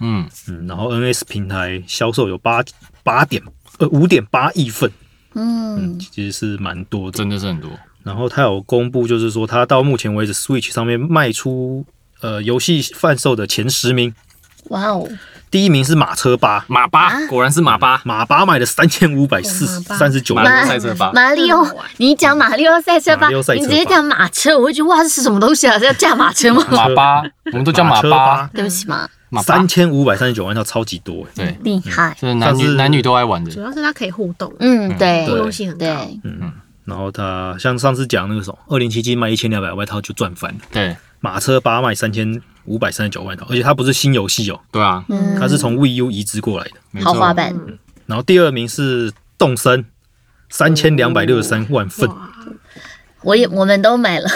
嗯，
嗯，然后 NS 平台销售有八八点呃五点八亿份，
嗯，
其实是蛮多的。
真的是很多，
然后它有公布，就是说它到目前为止 Switch 上面卖出呃游戏贩售的前十名，
哇哦，
第一名是马车八，
马八果然是马八，
马八卖了三千五百四
哦马八
三十九
马
万
六。赛车八，
马里奥
这么晚，
你讲马里奥赛车吧，
马里奥赛车
你
吧
直接讲马车，我会觉得哇，这是什么东西啊？是要驾马车吗？
嗯
马八，我们都叫马
车
八，
对不起嘛，
马八
三，千五百三十九万套，超级多欸。
对，
厉害，
这是男
但
女
是
男女都爱玩的
主，要是它可以互动，
嗯，对，
互动性很高。啊
嗯
对，
然后它像上次讲那个什么，二零七七卖一千两百万套就赚翻了，
对
马车八卖三千五百三十九万套，而且它不是新游戏哦，
对啊，
嗯，
它是从 VU 移植过来的。
没
豪
错，
华版，
然后第二名是动森，三千两百六十三万份，
哇，
我也我们都买了，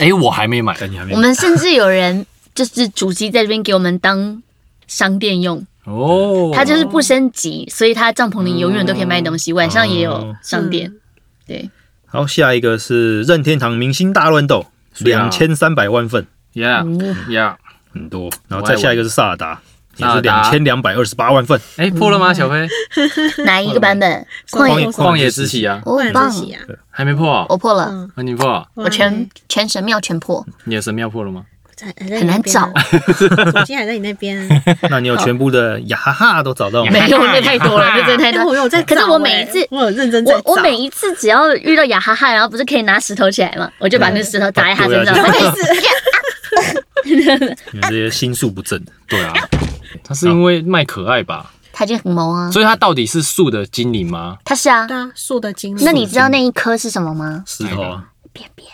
哎，我还没买
感觉还没
我们甚至有人就是主机在这边给我们当商店用，
哦，
它就是不升级，所以它帐篷里永远都可以卖东西，
嗯
晚上也
哦
有商店。
嗯
对，
好，下一个是任天堂明星大乱斗，
是啊
两千三百万份，
Yeah Yeah，
很多。然后
我爱
再
玩
下一个是萨尔达，也
萨
是
尔
两
达
千两百二十八万份。
哎，破了吗，小飞？
哪一个 版本？
荒
旷
野
野，
旷野之息啊，
我很
很
棒
自，喜啊！
还没破啊，
我破了，
嗯，
啊你破啊，
我全全神庙 全破，
你的神庙破了吗？
还还在
很
你那
难
边啊
找，
手机还在你那边啊。
那你有全部的呀哈哈都找到吗？
没有，那太多了，那真的太
哎
多了。
我有在
可
找欸，
是我每一次
我有认真在
我我
找
每一次只要遇到雅哈哈，然后不是可以拿石头起来嘛，我就把那个石头砸在他身上，
对
他就死
你们这些心术不正的。
对啊，他是因为卖可爱吧？
他就很萌啊。
所以他到底是树的精灵吗？
他是啊
对，啊，树的精灵，
那你知道那一颗是什么吗？
石头啊，
便便。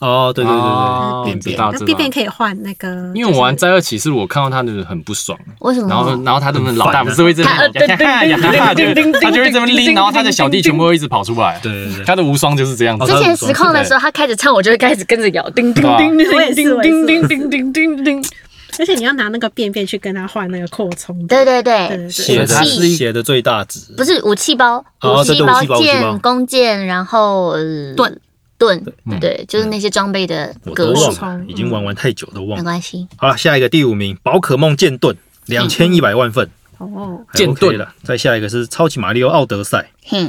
哦，对对对
哦
对，
便
扁
知
扁
道
那便便可以换那个，
因为我玩
就是
灾厄骑士，我看到他的很不爽，
为什么？
然后然后他的老大不是会这样
他呃，
呀哈哈呀哈哈，就他就会这么拎，然后他的小弟全部会一直跑出来，
对对对，
他的无双就是这样子
哦。
之前实况的时候，他开始唱，我就会开始跟着摇，叮叮
啊
叮叮
我也是
叮
我也是
叮叮叮叮叮叮。
而且你要拿那个便便去跟他换那个扩充的，
对对对，
对对对，
写的
它是一
写的最大值，
不是武器包，
哦对对
包
武器包武器
剑、
包
弓箭，然后呃
盾
盾，
嗯
对，就是那些装备的
我都
格
忘
式，嗯
了，
嗯
已经玩玩太久都忘
没
了。
关系。
好了，下一个第五名，宝可梦剑盾，两千一百万份，
哦，
还 OK
剑盾
了。再下一个是超级马里奥奥德赛，
哼，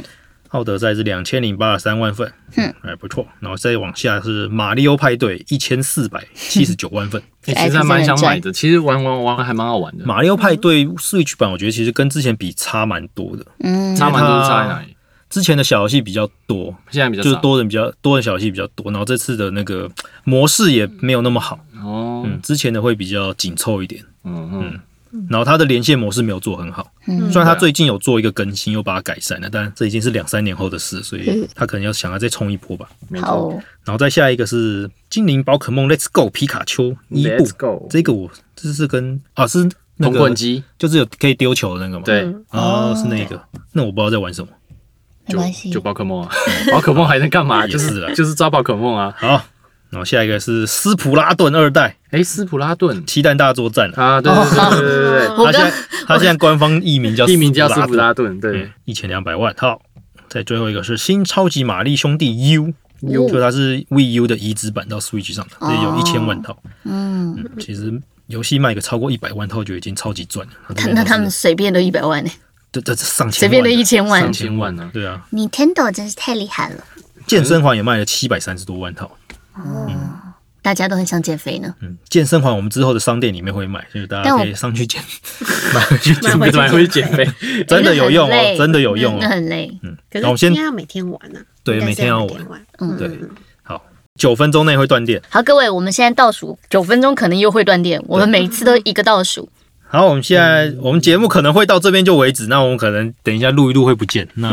奥德赛是两千零八十三万份，
嗯，
还不错。然后再往下是马里奥派对一千四百七十九万份。
哎
欸其实还蛮想买的，其实玩玩玩还蛮好玩的。
马里奥派对 Switch 版，我觉得其实跟之前比差蛮多的。
嗯，
差蛮多是差在哪里？
之前的小游戏比较多，
现在比较
就是
少
多人比较多人小游戏比较多，然后这次的那个模式也没有那么好，
哦，
嗯，之前的会比较紧凑一点。
嗯嗯，
然后它的连线模式没有做很好，
嗯
虽然它最近有做一个更新，又把它改善了，但这已经是两三年后的事，所以它可能要想要再冲一波吧。
没
好
错。
哦，
然后再下一个是精灵宝可梦 Let's Go 皮卡丘伊布
Let's go
这个我这是跟啊是那
铜
个
棍机，
就是有可以丢球的那个吗？
对，
哦，是那个，那我不知道在玩什么。
嗯没关系
就。宝可梦啊，宝可梦还能干嘛？就
也是啊
是就是抓宝可梦啊。
好，然后下一个是斯普拉顿二代
哎，斯普拉 顿
七蛋大作战啊，
啊，对对对对对对对
我
它现
刚
在它现在官方译名叫
对，地名叫斯普
顿，
拉顿，对，
一千两百万。好，再最后一个是新超级玛丽兄弟 U。
U 哦
就它是 VU 的移植版到 Switch 上的，所以有一千万套。
嗯，
嗯其实游戏卖个超过一百万套就已经超级赚了。它这
他
边
那
都
他
是
们随便都一百万呢、欸
这这这上千
随
万
便都一千万
上。千万呢。
对啊，
Nintendo 真是太厉害了，
健身环也卖了七百三十多万套，
大家都很想减肥呢。
嗯，健身环我们之后的商店里面会卖，就是大
但
家
我
可以上去减，买回去减
买
肥，
回去
买回去减肥，真的有用
那很累
哦，真的有用
那
哦。
很累。
嗯，
可
那我们
是
先
应该要每天玩啊，
对
应该是
每天要玩
每玩，
对，好，九分钟内会断电。
好，各位，我们现在倒数九分钟，可能又会断电。我们每一次都一个倒数，
好，我们现在我们节目可能会到这边就为止，那我们可能等一下录一录会不见。那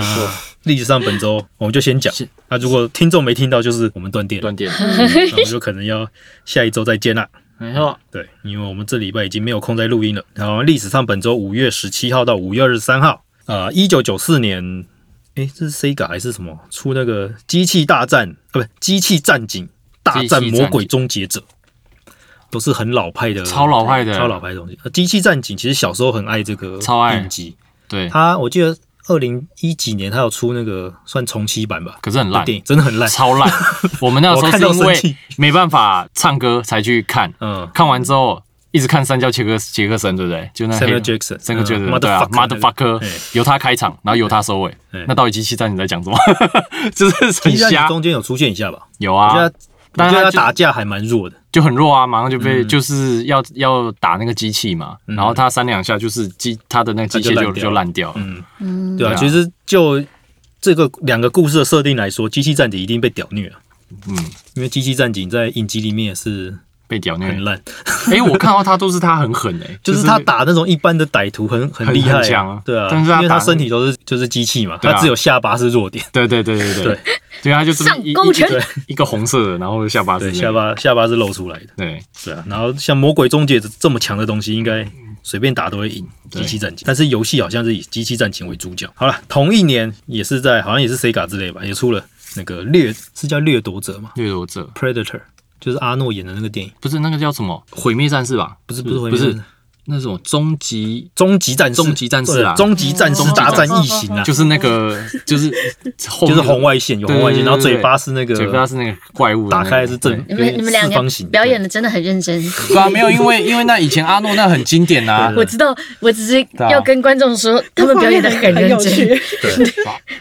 历史上本周我们就先讲
是，
那如果听众没听到，就是我们断电了，
断电，
那我们就可能要下一周再见啦。
没错，
对，因为我们这礼拜已经没有空在录音了。然后历史上本周五月十七号到五月二十三号，呃，一九九四年，诶，这是 Sega 还是什么出那个《机器大战》啊？不，《机器战警大
机器
战
战警
魔鬼终结者》，都是很老派的，
超老派的，
超老，牌的东西。呃机器战警其实小时候很爱这个
超爱
影集，
对，
它我记得二零一几年它有出那个算重启版吧，
可是很烂，
电影真的很烂。
超 烂。我们那时
我
候
看到
是因
生
为
气，
没办法唱歌才去看，
嗯
看完之后一直看三叫杰克杰克森，对不对？就那
Samuel Jackson，
三个杰克
嗯
森，对啊
motherfucker
，motherfucker，
哎
由他开场，然后由他收尾
哎。
那到底机器战警在讲什么？就是
机
很
器战警
瞎，
中间有出现一下吧？
有
我觉
啊
得，它我
但
觉
它
得它
就
打架还蛮弱的。
就很弱啊，马上就被就是要要打那个机器嘛，然后他三两下就是机他的那个机械
它就烂
就
掉
就烂掉了，
嗯，
嗯，
对啊，
对啊
其实就这个两个故事的设定来说，《机器战警》一定被屌虐啊。
嗯，
因为《机器战警》在影集里面也是
被屌虐
很。烂，
哎，我看到他都是他很狠哎，
就是他打那种一般的歹徒很很
很
厉害
很强啊
对啊，
但是他
因为他
打那
身体都是就是机器嘛，
对啊
他只有下巴是弱点，
对对对对对
对，
对他就是
上
一一
勾拳
一一个红色的，然后下巴是
对，
那
下
个，
巴下巴是露出来的，
对，
对啊。然后像《魔鬼终结者》这么强的东西，应该随便打都会赢《
对
机器战警》，但是游戏好像是以《机器战警》为主角。好了，同一年也是在好像也是 Sega 之类吧，也出了那个掠是叫掠夺者嘛
掠夺者
，Predator，就是阿诺演的那个电影，
不是那个叫什么毁灭战士吧？
不是不是毁
不
灭战
是
士
那种终极，
终极战士，
终极战士啊
对终极战士大战异形啊，
就是那 个就是后
就
面
是红外线有红外线，
对对对对
然后嘴巴是那个
嘴巴是那个怪物的
打
那个，
开嗯是正
对
你们你们两
四方
个
形
表演的真的很 认真。
对啊，没有，因为因为那以前阿诺那很经典啊，
我知道，我只是
啊
要跟观众说，他们表演的很认
有
真。
趣，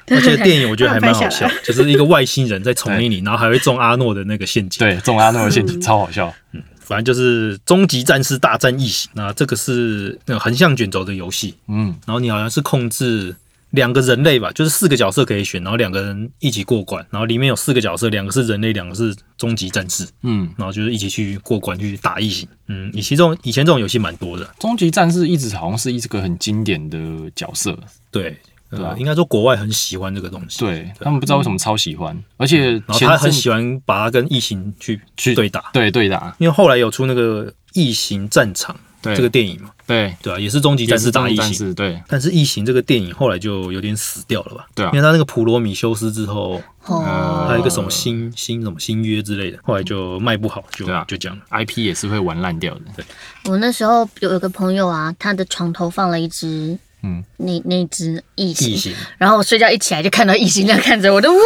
而且电影我觉得还蛮好笑
把它拍下，
就是一个外星人在宠溺你，然后还会中阿诺的那个陷阱。，
对，中阿诺的陷阱超好笑，
反正就是《终极战士大战异形》。那这个是那个横向卷轴的游戏，
嗯，
然后你好像是控制两个人类吧，就是四个角色可以选，然后两个人一起过关，然后里面有四个角色，两个是人类，两个是终极战士，
嗯，
然后就是一起去过关去打异形。嗯，以前这种以前这种游戏蛮多的，
终极战士一直好像是一个很经典的角色，
对。呃
对啊
应该说国外很喜欢这个东西，
对嗯他们不知道为什么超喜欢，而且
然后
前
他
阵
很喜欢把它跟异形去
去
对打，
对对啊打，
因为后来有出那个《异形战场》
对
这个电影嘛，
对，
对啊，也是终极战士打
终
异
极战
形，
士，对
但是异形这个电影后来就有点死掉了吧？
对啊
因为他那个普罗米修斯之后，
哦
还有一个什
哦
么新新什么新约之类的，后来就卖不好，就
对啊
就这样了。
，IP 也是会玩烂掉的，
我那时候有有个朋友啊，他的床头放了一只，
嗯
嗯，那那只异
异
形，
形，
然后我睡觉一起来就看到异形这样看着我，我都呜，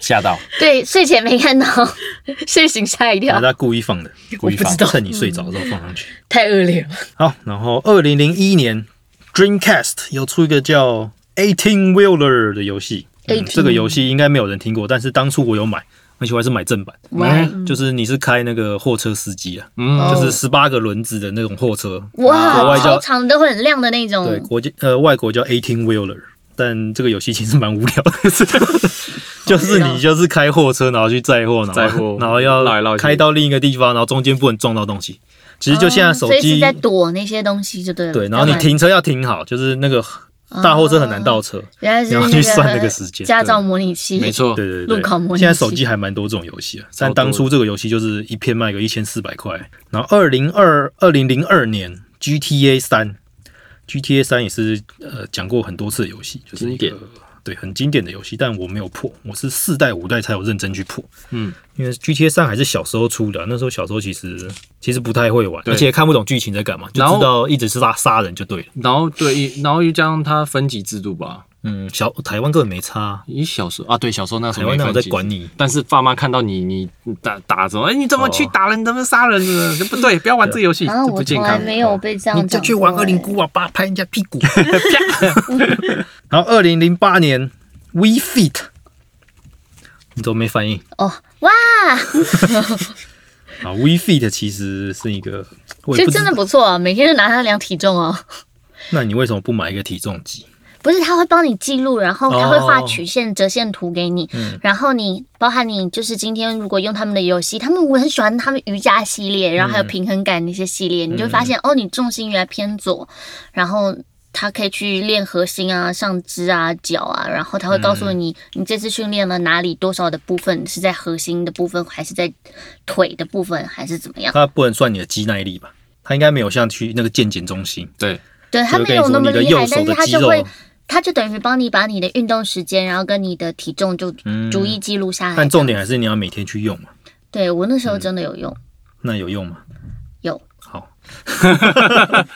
吓到
对，睡前没看到， 睡醒吓一跳
那，他故意放的，
故意放，
趁你睡着的时候放上去。
太恶劣了。
好，然后二零零一年，Dreamcast 有出一个叫《Eighteen Wheeler》的游戏，嗯
18
这个游戏应该没有人听过，但是当初我有买，而且我还是买正版。
哇
就是你是开那个货车司机啊，
哦
嗯，
嗯就是十八个轮子的那种货车，国
哇，
外
超
叫
长都会很亮的那
对
种，
国际呃外国叫 eighteen wheeler，但这个游戏其实蛮无 聊的，就是你就是开货车，然后去载货，然后
载货
然后要
绕来绕去
开到另一个地方，然后中间不能撞到东西。其实就现在手
嗯哦所以是
机
在躲那些东西就对了。
对，然后你停车要停好，就是那个
哦
大货车很难倒车。
原来是
然后
那
去算那个时间
驾照模拟器，
没，错，
对对对
路考模
对，
拟器
现在手机还蛮多这种游戏啊，但
超多
当初这个游戏就是一片卖个一千四百块。然后二零二二零零二年 GTA 三，GTA 三也是呃讲过很多次的游戏，就是一
经典
个对很经典的游戏，但我没有破，我是四代五代才有认真去破。
嗯，
因为 GTA 三还是小时候出的啊、那时候小时候其实其实不太会玩，
对
而且也看不懂剧情在干嘛，就
然后
知道一直是杀杀人就对了。
然后对，然后又加上它分级制度吧，
嗯，小台湾根本没差，
咦，小时候啊，对，小时候那时
台
候
湾
没
哪有
分
在
级
管你？
但是爸妈看到你，你打打什么？哎，你怎么去
哦
打人？怎么杀人呢？这不对，不要玩这游戏，
啊，
这不
我
健
从
康
来。没有被这样
你就
讲过。
去玩恶灵古瓦吧，拍人家屁 股。然后二零零八年 We Fit，你怎么没反应？
哎哦，哇，
啊，WeFit 其实是一个，我
其
也
实
不知
真的不错啊，每天就拿它量体重哦。
那你为什么不买一个体重机？
不是，它会帮你记录，然后它会画
哦嗯
曲线、折线图给你，然后你包含你就是今天如果用他们的游戏，他们我很喜欢他们瑜伽系列，然后还有平衡感那些系
嗯
列，你就会发现哦，你重心原来偏左，然后。它可以去练核心啊、上肢啊、脚啊，然后它会告诉你，
嗯
你这次训练了哪里多少的部分是在核心的部分，还是在腿的部分，还是怎么样？
它不能算你的肌耐力吧？它应该没有像去那个健检中心，
对，
对，它
就
没
跟你
有那
说
么
你的
厉害
右，
但
手
是
的
它
肌
就
肉
会，它就等于帮你把你的运动时间，然后跟你的体重就逐一记录下来。
嗯但重嗯点还是你要每天去用嘛。
对我那时候真的有用，
那有用吗？
有
好，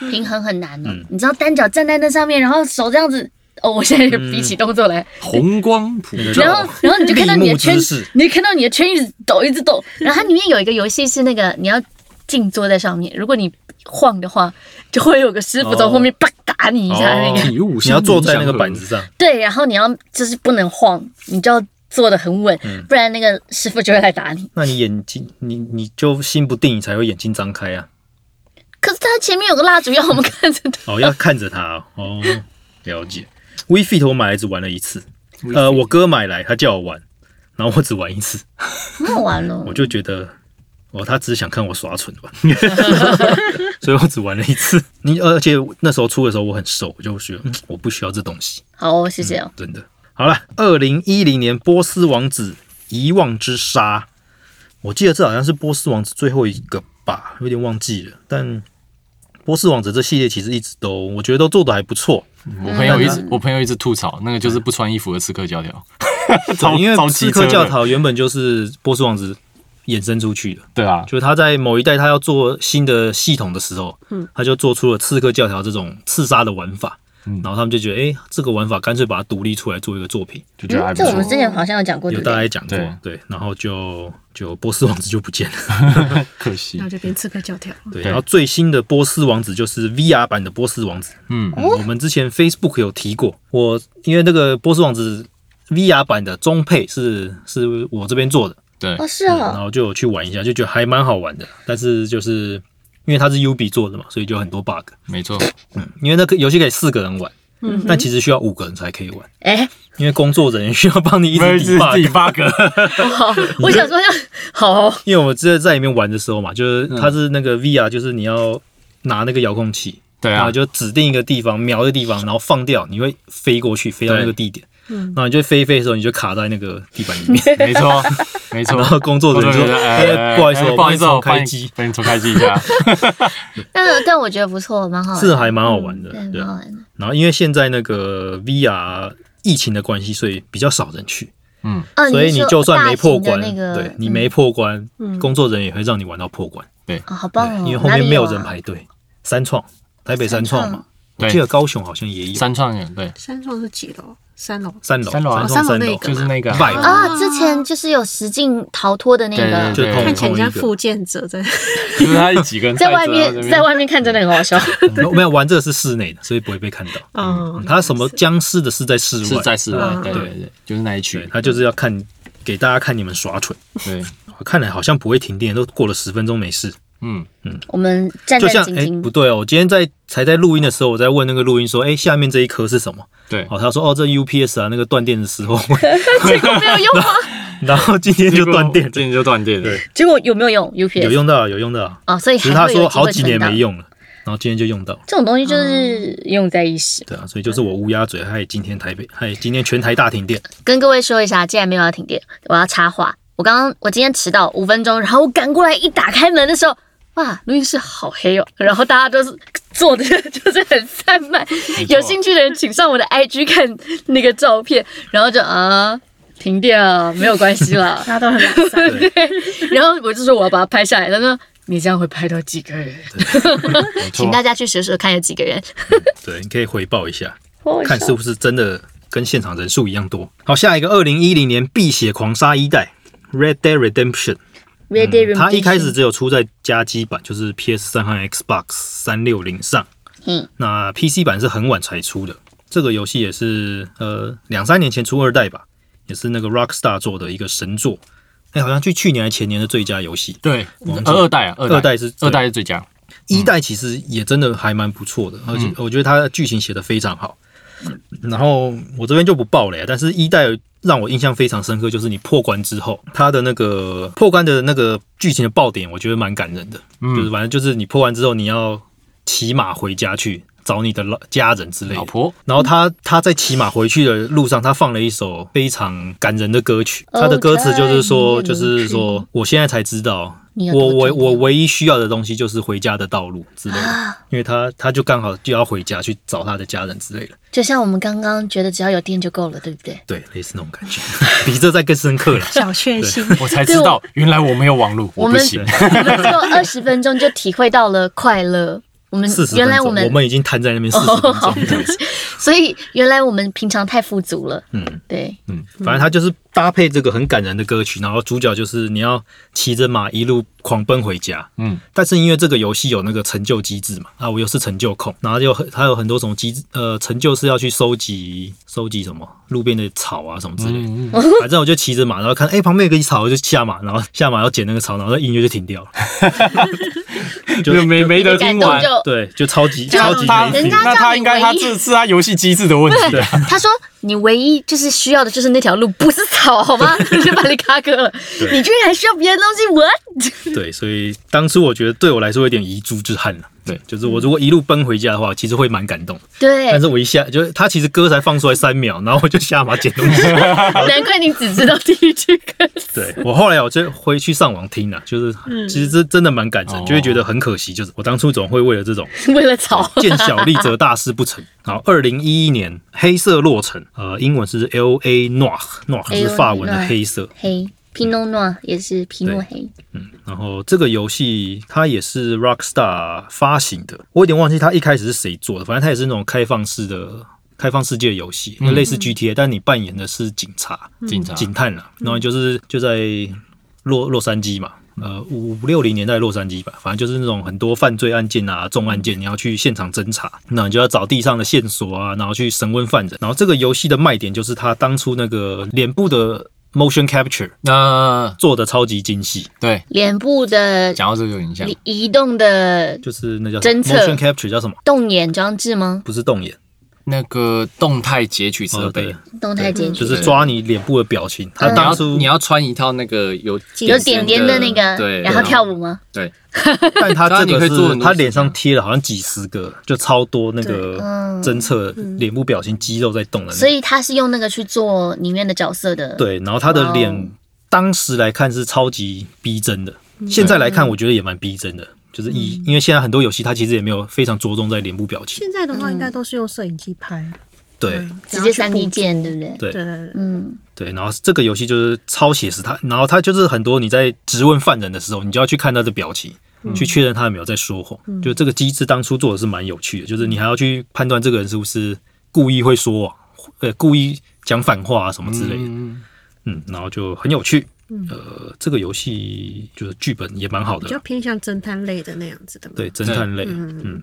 平衡很难哦。
嗯
你知道单脚站在那上面，然后手这样子，哦，我现在也比起动作
嗯
来，
红光普
然后然后你就看到你的圈
立木姿势，
你就看到你的圈一直抖一直抖，然后它里面有一个游戏是那个你要静坐在上面，如果你晃的话，就会有个师傅从后面啪打你一下那个。
哦
体悟，
你要坐在那个板子，上，
对，然后你要就是不能晃，你就要坐得很稳，
嗯
不然那个师傅就会来打你。
那你眼睛，你你就心不定，你才会眼睛张开啊。
可是他前面有个蜡烛要我们看着的，
哦，要看着它哦。哦，了解。WeFit 我买来只玩了一次，呃，
呃，
我哥买来，他叫我玩，然后我只玩一次，
很好玩哦
我。就觉得，哦，他只是想看我耍蠢吧， 所以我只玩了一次。你而且那时候出的时候我很瘦，我就觉得、嗯、我不需要这东西。
好哦，谢谢哦。
真的。好了，二零一零年波斯王子遗忘之沙，我记得这好像是波斯王子最后一个吧，有点忘记了。但波斯王子这系列其实一直都，我觉得都做的还不错，
我朋友一直我朋友一直吐槽，那个就是不穿衣服的刺客教条，超
因
超
为
机
刺
车
客
的
教条原本就是波斯王子衍生出去的，
对啊，
就是他在某一代他要做新的系统的时候，他就做出了刺客教条这种刺杀的玩法，
嗯
然后他们就觉得，哎、这个玩法干脆把它独立出来做一个作品。
就觉得还
嗯，
不
这我们
错。
之前好像有讲过，哦对
有
不
大
对？
家讲过，
对
对，然后就就波斯王子就不见了，
嗯 可惜
然后，就变刺客教条。
对，
对
然后最新的波斯王子就是 VR 版的波斯王子，
嗯，
嗯我们之前 Facebook 有提过，我因为那个波斯王子 VR 版的中配是是我这边做的，
对
哦，是
嗯然
哦，
后就有去玩一下，就觉得还蛮好玩的，但是就是因为它是 UB 做的嘛，所以就有很多 bug，
没错，
因为那个游戏可以四个人玩，但其实需要五个人才可以玩，
哎，
因为工作人员需要帮你一直抵 bug。
bug，
好，我想说要好哦，
因为我之前在里面玩的时候嘛，就是
嗯
它是那个 VR，就是你要拿那个遥控器，
对
然
啊
后，就指定一个地方瞄的地方，然后放掉，你会飞过去，飞到那个地点，然后你就飞一飞的时候，你就卡在那个地板里 面，
没错，没错
然。后工作人员
对
说：“哦哎，不好意思，
不好意思，
我
我
帮你重开
帮你
机，
帮你重开机 一下。
但但我觉得不错，蛮好玩的，
是还蛮好玩的，
对，
对啊
蛮。好玩的。
然后因为现在那个 VR 疫情的关系，所以比较少人去，
嗯，
哦，
所以
是
你
说
就算没破关
大，型的那个嗯
对你没破关，
嗯
工作人员也会让你玩到破关，
哦，好棒哦，
因为后面没有人
哪里
排
啊。
队。三创，台北三创
三
嘛
创。”
我记得
对，
高雄好像也有
三创人对，
三创是几楼？三楼。
三楼，
三楼啊
三
哦三楼那
楼
个
就是那个
拜
啊
啊，之前就是有实境逃脱的那
对
个
对，
就同
看起来
同
很
一
像
个。
附件者在，
就是他几个人
在外面在外面看真的很 好笑，
没有玩这个是室内的，所以不会被看到。
哦
嗯，他什么僵尸的是在室外，
是在室外，
嗯
对对对，就是那一
对
区，
他就是要看给大家看你们耍蠢。
对，
看来好像不会停电，都过了十分钟没事。
嗯，
我们战
就像
战兢
哎、
兢。
不对哦，我今天在才在录音的时候，我在问那个录音说，哎、下面这一颗是什么？
对，
哦，他说哦，这 UPS 啊，那个断电的时候，
结果 没有用啊？
然后今天就断电，
今天就断电了，
结果有没有用 UPS？
有用到啊有用到啊，
啊、所以
只
还
是他
会有
说
机会
好几年
存档
没。用了，嗯然后今天就用到了。
这种东西就是用在一时。
对啊，所以就是我乌鸦
嗯
嘴，害今天台北，害今天全台大停电。
跟各位说一下，既然没有要停电，我要插话。我刚刚我今天迟到五分钟，然后我赶过来一打开门的时候，哇，录音室好黑哦，然后大家都是坐的就是很散漫。有兴趣的人请上我的 IG 看那个照片，然后就啊。停电啊，没有关系啦。
大家都很懒散。
对， 然后我就说我要把它拍下来，他说你这样会拍到几个人？
没错
请，大家去数数看有几个人。
对，你可以回报一下，
好好
看
笑
是不是真的跟现场人数一样多。好，下一个，二零一零年《碧血狂杀一代》（Red Dead Redemption），
Red Dead
它嗯一开始
Redemption
只有出在家机版，就是 PS 三和 Xbox 三六零上。
嗯，
那 PC 版是很晚才出的。这个游戏也是呃两三年前出二代吧，也是那个 Rockstar 做的一个神作。哎、好像去去年还前年的最佳游戏，
对，
忘记
二二代啊，二
二代是
二代是最佳，
一代其实也真的还蛮不错的，而且我觉得它的剧情写得非常好。然后我这边就不爆雷，啊但是一代让我印象非常深刻，就是你破关之后，它的那个破关的那个剧情的爆点，我觉得蛮感人的。就是反正就是你破关之后，你要骑马回家去找你的老家人之类
老
的。
婆
然后他他在骑马回去的路上，他放了一首非常感人的歌曲。
哦
他的歌词就是说，就是说，我现在才知道，
嗯你有
我
多
我
重要
我唯一需要的东西就是回家的道路之类
啊
的，因为他他就刚好就要回家去找他的家人之类的，
就像我们刚刚觉得只要有电就够了，对不对？
对，类似那种感 觉，比这再更深刻了。
小确幸。
我才知道原来我没有网络，
我
我不
们
行。
我们只有二十分钟就体会到了快乐。我们
四十
原
分
来
钟，
我
我
们，哦
已经瘫在那边四十分钟这样子，
所以原来我们平常太富足了。
嗯
对，
嗯，反正他就是搭配这个很感人的歌曲，然后主角就是你要骑着马一路狂奔回家，
嗯，
但是因为这个游戏有那个成就机制嘛，啊，我又是成就控，然后就很它有很多种机制，呃，成就是要去收集收集什么路边的草啊什么之类的，
嗯，
反正我就骑着马，然后看，哎、旁边有个草，我就下马，然后下马要捡那个草，然后那音乐就停 掉了。
就没没得
感
听
动
完。
就
对，就超级嗯
就
超级
他
没
人
劲
家
那
叫
他
你
应该他
唯一
这是他游戏机制的问 题。
他说你唯一就是需要的就是那条路，不是草好 吗？就把你卡哥了，你居然还需要别的东西，what？
对，所以当初我觉得对我来说有点遗珠之憾了。
对
就是我如果一路奔回家的话，其实会蛮感动。
对，
但是我一下就是他其实歌才放出来三秒，然后我就下马捡东 西。
难怪你只知道第一句歌词。
对我后来我就回去上网听了，啊就是其实这真的蛮感人，
哦
就会觉得很可惜，就是我当初总会为了这种
为 了草，
见小利则大事不成。好，二零一一年黑色落成，呃，英文是 L A Noir Noir 是法文的黑色。
黑皮诺诺也是皮诺黑，
然后这个游戏它也是 Rockstar 发行的，我有点忘记它一开始是谁做的，反正它也是那种开放式的。开放世界游戏，
嗯
类似 GTA，但你扮演的是警察、
警察，
警探啦，然后就是就在洛洛杉矶嘛，呃，五五六零年代洛杉矶吧，反正就是那种很多犯罪案件啊、重案件，你要去现场侦查，那你就要找地上的线索啊，然后去审问犯人。然后这个游戏的卖点就是它当初那个脸部的 motion capture
那
做的超级精细，
对，
脸部的
讲到这个有影响，
移移动的
就是那叫什么
侦测
motion capture 叫什么？
动眼装置吗？
不是动眼，
那个动态截取设
哦
备
对，，
动态检
就
举，
是抓你脸部的表情。它
你要
当初
你，要穿一套那个有
有点点的那个，
对，啊
然后跳舞吗？
对，
但它这
当然你可
个
以做很
是
多
它
事情
脸上贴了好像几十个，就超多那
对
个
嗯
侦测脸部表情肌肉在动的那个。
所以他是用那个去做里面的角色的，，
对，然后他
哇哦嗯
的脸当时来看是超级逼真的，现在来
嗯
看我觉得也蛮逼真的，就是以因为现在很多游戏它其实也没有非常着重在脸部表情，
现在的话应该都是用摄影机拍，
对
嗯直接三 D
建。
键，对不对？
对
对对对，
嗯，
对，然后这个游戏就是超写实它，然后它就是很多你在质问犯人的时候，你就要去看他的表情。去确认他有没有在说谎，就这个机制当初做的是蛮有趣的，就是你还要去判断这个人是不是故意会说谎，呃，故意讲反话啊什么之类的。
嗯
嗯，然后就很有趣。呃，这个游戏就是剧本也蛮好的
比
啦，
较偏向侦探类的那样子的嘛。
对，侦探类，嗯。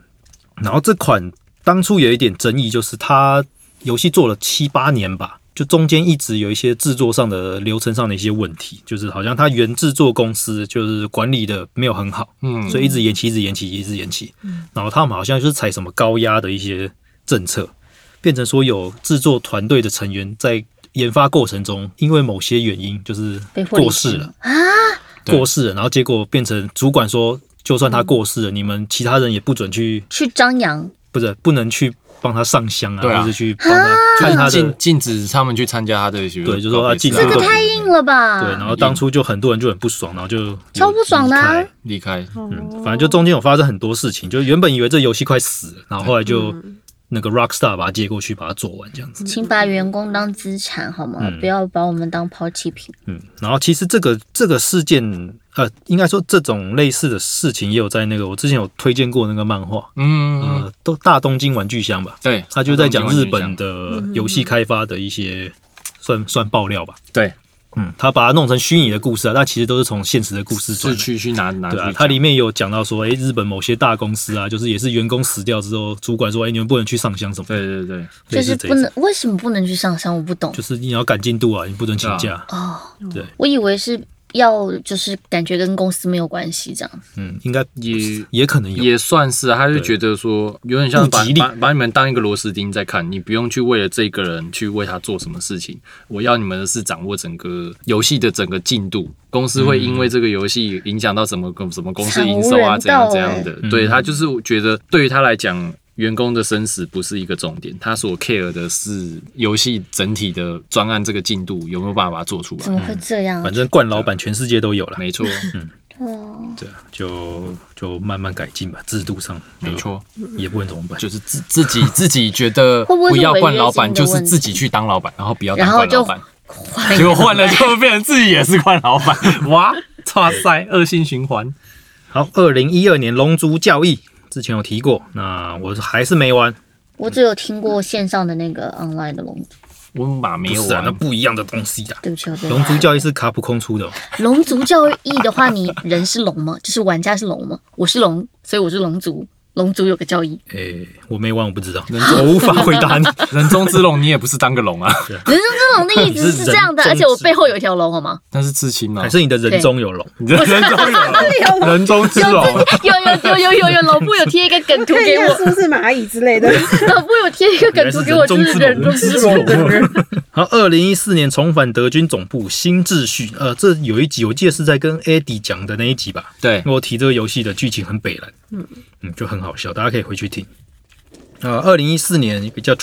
然后这款当初有一点争议，就是它游戏做了七八年吧，就中间一直有一些制作上的流程上的一些问题，就是好像它原制作公司就是管理的没有很好，
嗯，
所以一直延期，一直延期，一直延期。然后他们好像就是采什么高压的一些政策，变成说有制作团队的成员在研发过程中，因为某些原因就是
被获利嗯
过世
了
了。
对
过世了，然后结果变成主管说，就算他过世了，你们其他人也不准去，
去张扬，
不是不能去帮他上香啊，
对啊
或者去帮他看
啊
他的
禁。禁止他们去参加他的学
对就说他禁止
这个
对
太硬了吧？
对，然后当初就很多人就很不爽，然后就
啊超不爽的啊
离开
离开，
嗯，反正就中间有发生很多事情，就原本以为这游戏快死了，然后后来就
嗯
那个 Rockstar 把它接过去，把它做完这样子。
请把员工当资产好吗？不要把我们当抛弃品。
嗯，然后其实这个这个事件，呃，应该说这种类似的事情也有在那个我之前有推荐过那个漫画，
嗯，
呃，都大东京玩具箱吧，
对，
他就在讲日本的游戏开发的一些算算爆料吧。
对
嗯，他把它弄成虚拟的故事啊，但其实都是从现实的故事转
是
来。
去去拿拿去
对啊
讲，，
它里面有讲到说，诶，日本某些大公司啊，就是也是员工死掉之后，主管说，诶，你们不能去上香什么的，
对对对，
就
类似
是
这
不
一种，
能，为什么不能去上香？我不懂
就是你要赶进度啊，你不能请假。
哦。
对，
我以为是要就是感觉跟公司没有关系这样。
嗯，应该也也可能有，
也算是啊，他就觉得说有点像把
不吉利
把把你们当一个螺丝钉在看，你不用去为了这个人去为他做什么事情。我要你们的是掌握整个游戏的整个进度，公司会因为这个游戏影响到什么什么公司营收啊，
惨无
怎样
人道欸嗯
怎样的。对他就是觉得对于他来讲。员工的生死不是一个重点，他所 care 的是游戏整体的专案这个进度有没有办法把它做出
怎
来。
么
嗯
会这样？啊
反正冠老板全世界都有了，
没错，
哦，
对啊，就就慢慢改进吧，制度上
没，错。
就也不能怎么办，
就是自自己自己觉得
会不会是
不要惯老
违
板，
约金
就
的问
是
题
自己去当老板，然后不要
然
当
后
惯
就
老板， 结果换了就变成自己也是惯老板，哇，哇塞，恶性循环。
好，二零一二年《龙珠教义》之前有提过，那我还是没玩，
我只有听过线上的那个 online 的龙族，
温马没有
不是啊，那
玩，
不一样的东西的。
对不起，我对
龙珠教义是卡普空出的哦，
龙族教义的话，你人是龙吗？就是玩家是龙吗？我是龙，所以我是龙族。龙族有个教义，
诶、我没玩，我不知道，我无法回 答你。
人中之龙你也不是当个龙啊，
人中之龙的意思是这样的，
你是人中之
而且我背后有一条龙，好吗？
那是刺青嘛
还，是你的人中有龙？
你这人中有人中之龙，
有有有有有有，老布有贴一个梗图
看一
给
下是
我，
不是蚂蚁之类的？
老布有贴一个梗图给我， 就是人中之龙的人。
好，二零一四年重返德军总部新秩序，呃，这有一集我记得是在跟 Eddie 讲的那一集吧，
对，
我提这个游戏的剧情很北蓝，嗯嗯，就很好笑，大家可以回去听。呃，二零一四年一个叫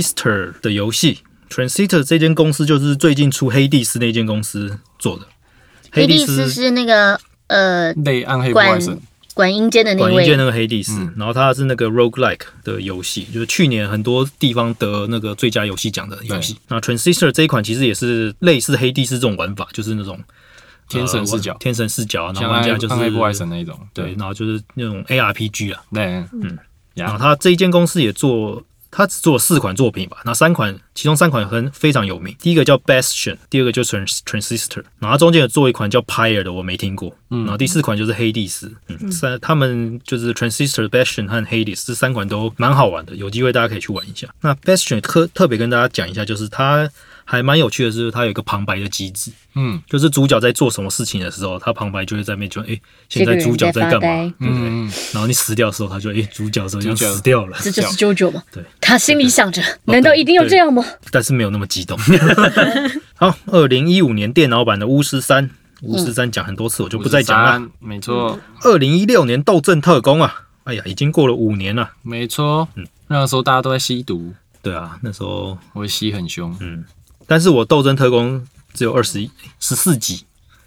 Transistor 的游戏，Transistor 这间公司就是最近出《黑帝斯》那间公司做的。
黑
帝
帝斯是那个呃
类暗黑破坏
管
神，
管阴间的那
管一
位
界，那个黑帝斯，
嗯
然后它是那个 roguelike 的游戏，就是去年很多地方得那个最佳游戏奖的游戏。那 Transistor 这一款其实也是类似黑帝斯这种玩法，就是那种
天神视角
呃，天神视角啊，然
像
后玩
暗
家就是
暗黑破坏神那一种，
对
对，，
然后就是那种 ARPG 啊，
对，嗯，
然后
呀，
他这一间公司也做，他只做了四款作品吧，那三款，其中三款很非常有名，第一个叫 Bastion，第二个就是 Trans- Transistor，然后他中间有做一款叫 Pyre 的，我没听过，然后第四款就是黑帝斯，嗯，三他们就是 Transistor、Bastion 和 Hades 这三款都蛮好玩的，有机会大家可以去玩一下。那 Bastion 特特别跟大家讲一下，就是它还蛮有趣的是，它有一个旁白的机制，
嗯
就是主角在做什么事情的时候，他旁白就会在那边就哎，现
这个
在主
人
角
发
干嘛？
呆，
嗯，
然后你死掉的时候，他就哎、诶主角怎么样
主角
死掉了？
这就是 JoJo 嘛。
对，
他心里想着，
对
难道一定要这样吗？
但是没有那么激动。 好，二零一五年电脑版的巫师三，巫师三讲很多次，我就不再讲了。
53，没错，
二零一六年斗阵特工啊，哎呀，已经过了五年了。
没错，那个时候大家都在吸毒，
对啊，那时候，
我吸很凶，
但是我斗争特工只有二十一十四集，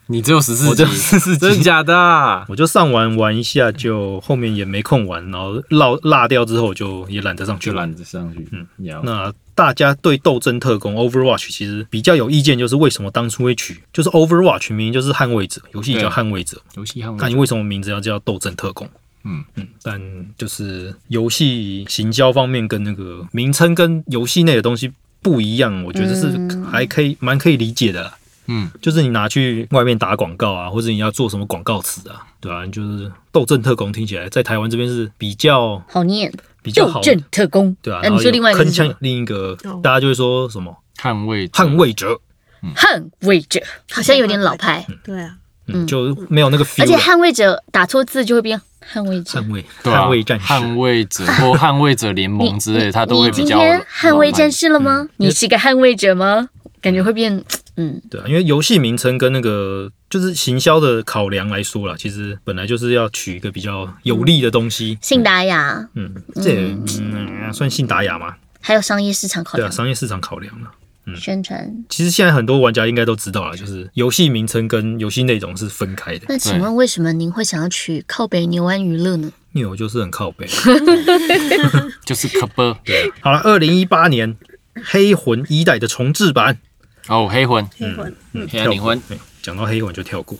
你只有十四
我只
集，
有14集
真的假的啊？
我就上完玩一下，就后面也没空玩，然后落落掉之后，我就也懒得上去
就
了。
懒得上去，嗯，聊
那大家对斗争特工 Overwatch 其实比较有意见，就是为什么当初会取，就是 Overwatch 明明就是捍卫者，游戏叫
对
捍卫者，
游戏捍
看你
卫，
为什么名字要叫斗争特工。
嗯
嗯，但就是游戏行销方面跟那个名称跟游戏内的东西不一样，我觉得是
嗯
还可以蛮可以理解的啦。
嗯，
就是你拿去外面打广告啊，或者你要做什么广告词啊，对啊，就是斗争特工听起来在台湾这边是比较
好念，
比较
就
好，
正特工。
对啊。
那
然
哎你
后
说
有
另外一个
铿
是什
锵
么？
另一个
哦，
大家就会说什么
捍卫者
捍卫者，
捍卫者好像有点老派，
对啊，
嗯，就没有那个 feel，
而且
了
捍卫者打错字就会变捍卫者。
捍卫
对啊
捍卫战士，
捍卫者 或捍卫者联
你
盟之类的，
你
他都会
你
比
今
较嗯
天捍卫战
士，
士了吗？你是个捍卫者吗？感觉会变嗯，
对啊，因为游戏名称跟那个就是行销的考量来说啦，其实本来就是要取一个比较有利的东西。
信达雅，
嗯，这也、嗯、算信达雅嘛？
还有商业市场考
对啊，
量、
商业市场考量了。
宣传。
其实现在很多玩家应该都知道了，就是游戏名称跟游戏内容是分开的。
那请问为什么您会想要取靠北牛湾娱乐呢？
因为我就是很靠背。
就是科波
好了，二零一八年《黑魂》一代的重置版，
哦，黑魂，
黑魂，
嗯，
黑暗灵魂
跳过，对讲到黑魂就跳过，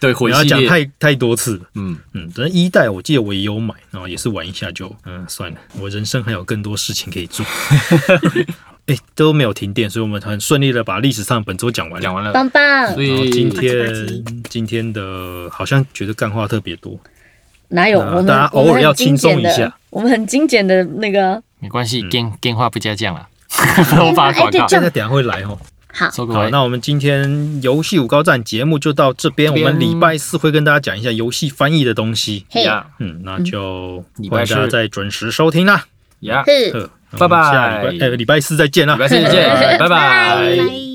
对
不
魂
要
系
讲
列，
太太多次了。
嗯，
嗯，但是一代我记得我也有买，然后也是玩一下就，嗯，算了，我人生还有更多事情可以 做。哎、都没有停电，所以我们很顺利的把历史上本周讲完了。
讲完了，
棒棒，
所
然后
以
今
啪叽啪
天今天的好像觉得干话特别多，
哪有
那
我们
大家偶尔
我们很
要轻松一下
精简的，我们很精简的那个
嗯
没关系，电电话不加酱了，我把
哎
广
对
告
这
现在等一下会来哦。
好，
啊收个
好，
尾。
那我们今天游戏五高站节目就到这边，
这
我
边
们礼拜四会跟大家讲一下游戏翻译的东西。
嘿，
呀
嗯，那就
礼
欢
拜
迎
四
大家再准时收听啦。
呀，
是，
呃
拜
我
拜
们下礼拜呃，礼拜四再见啦
礼。拜四见，拜拜。
拜。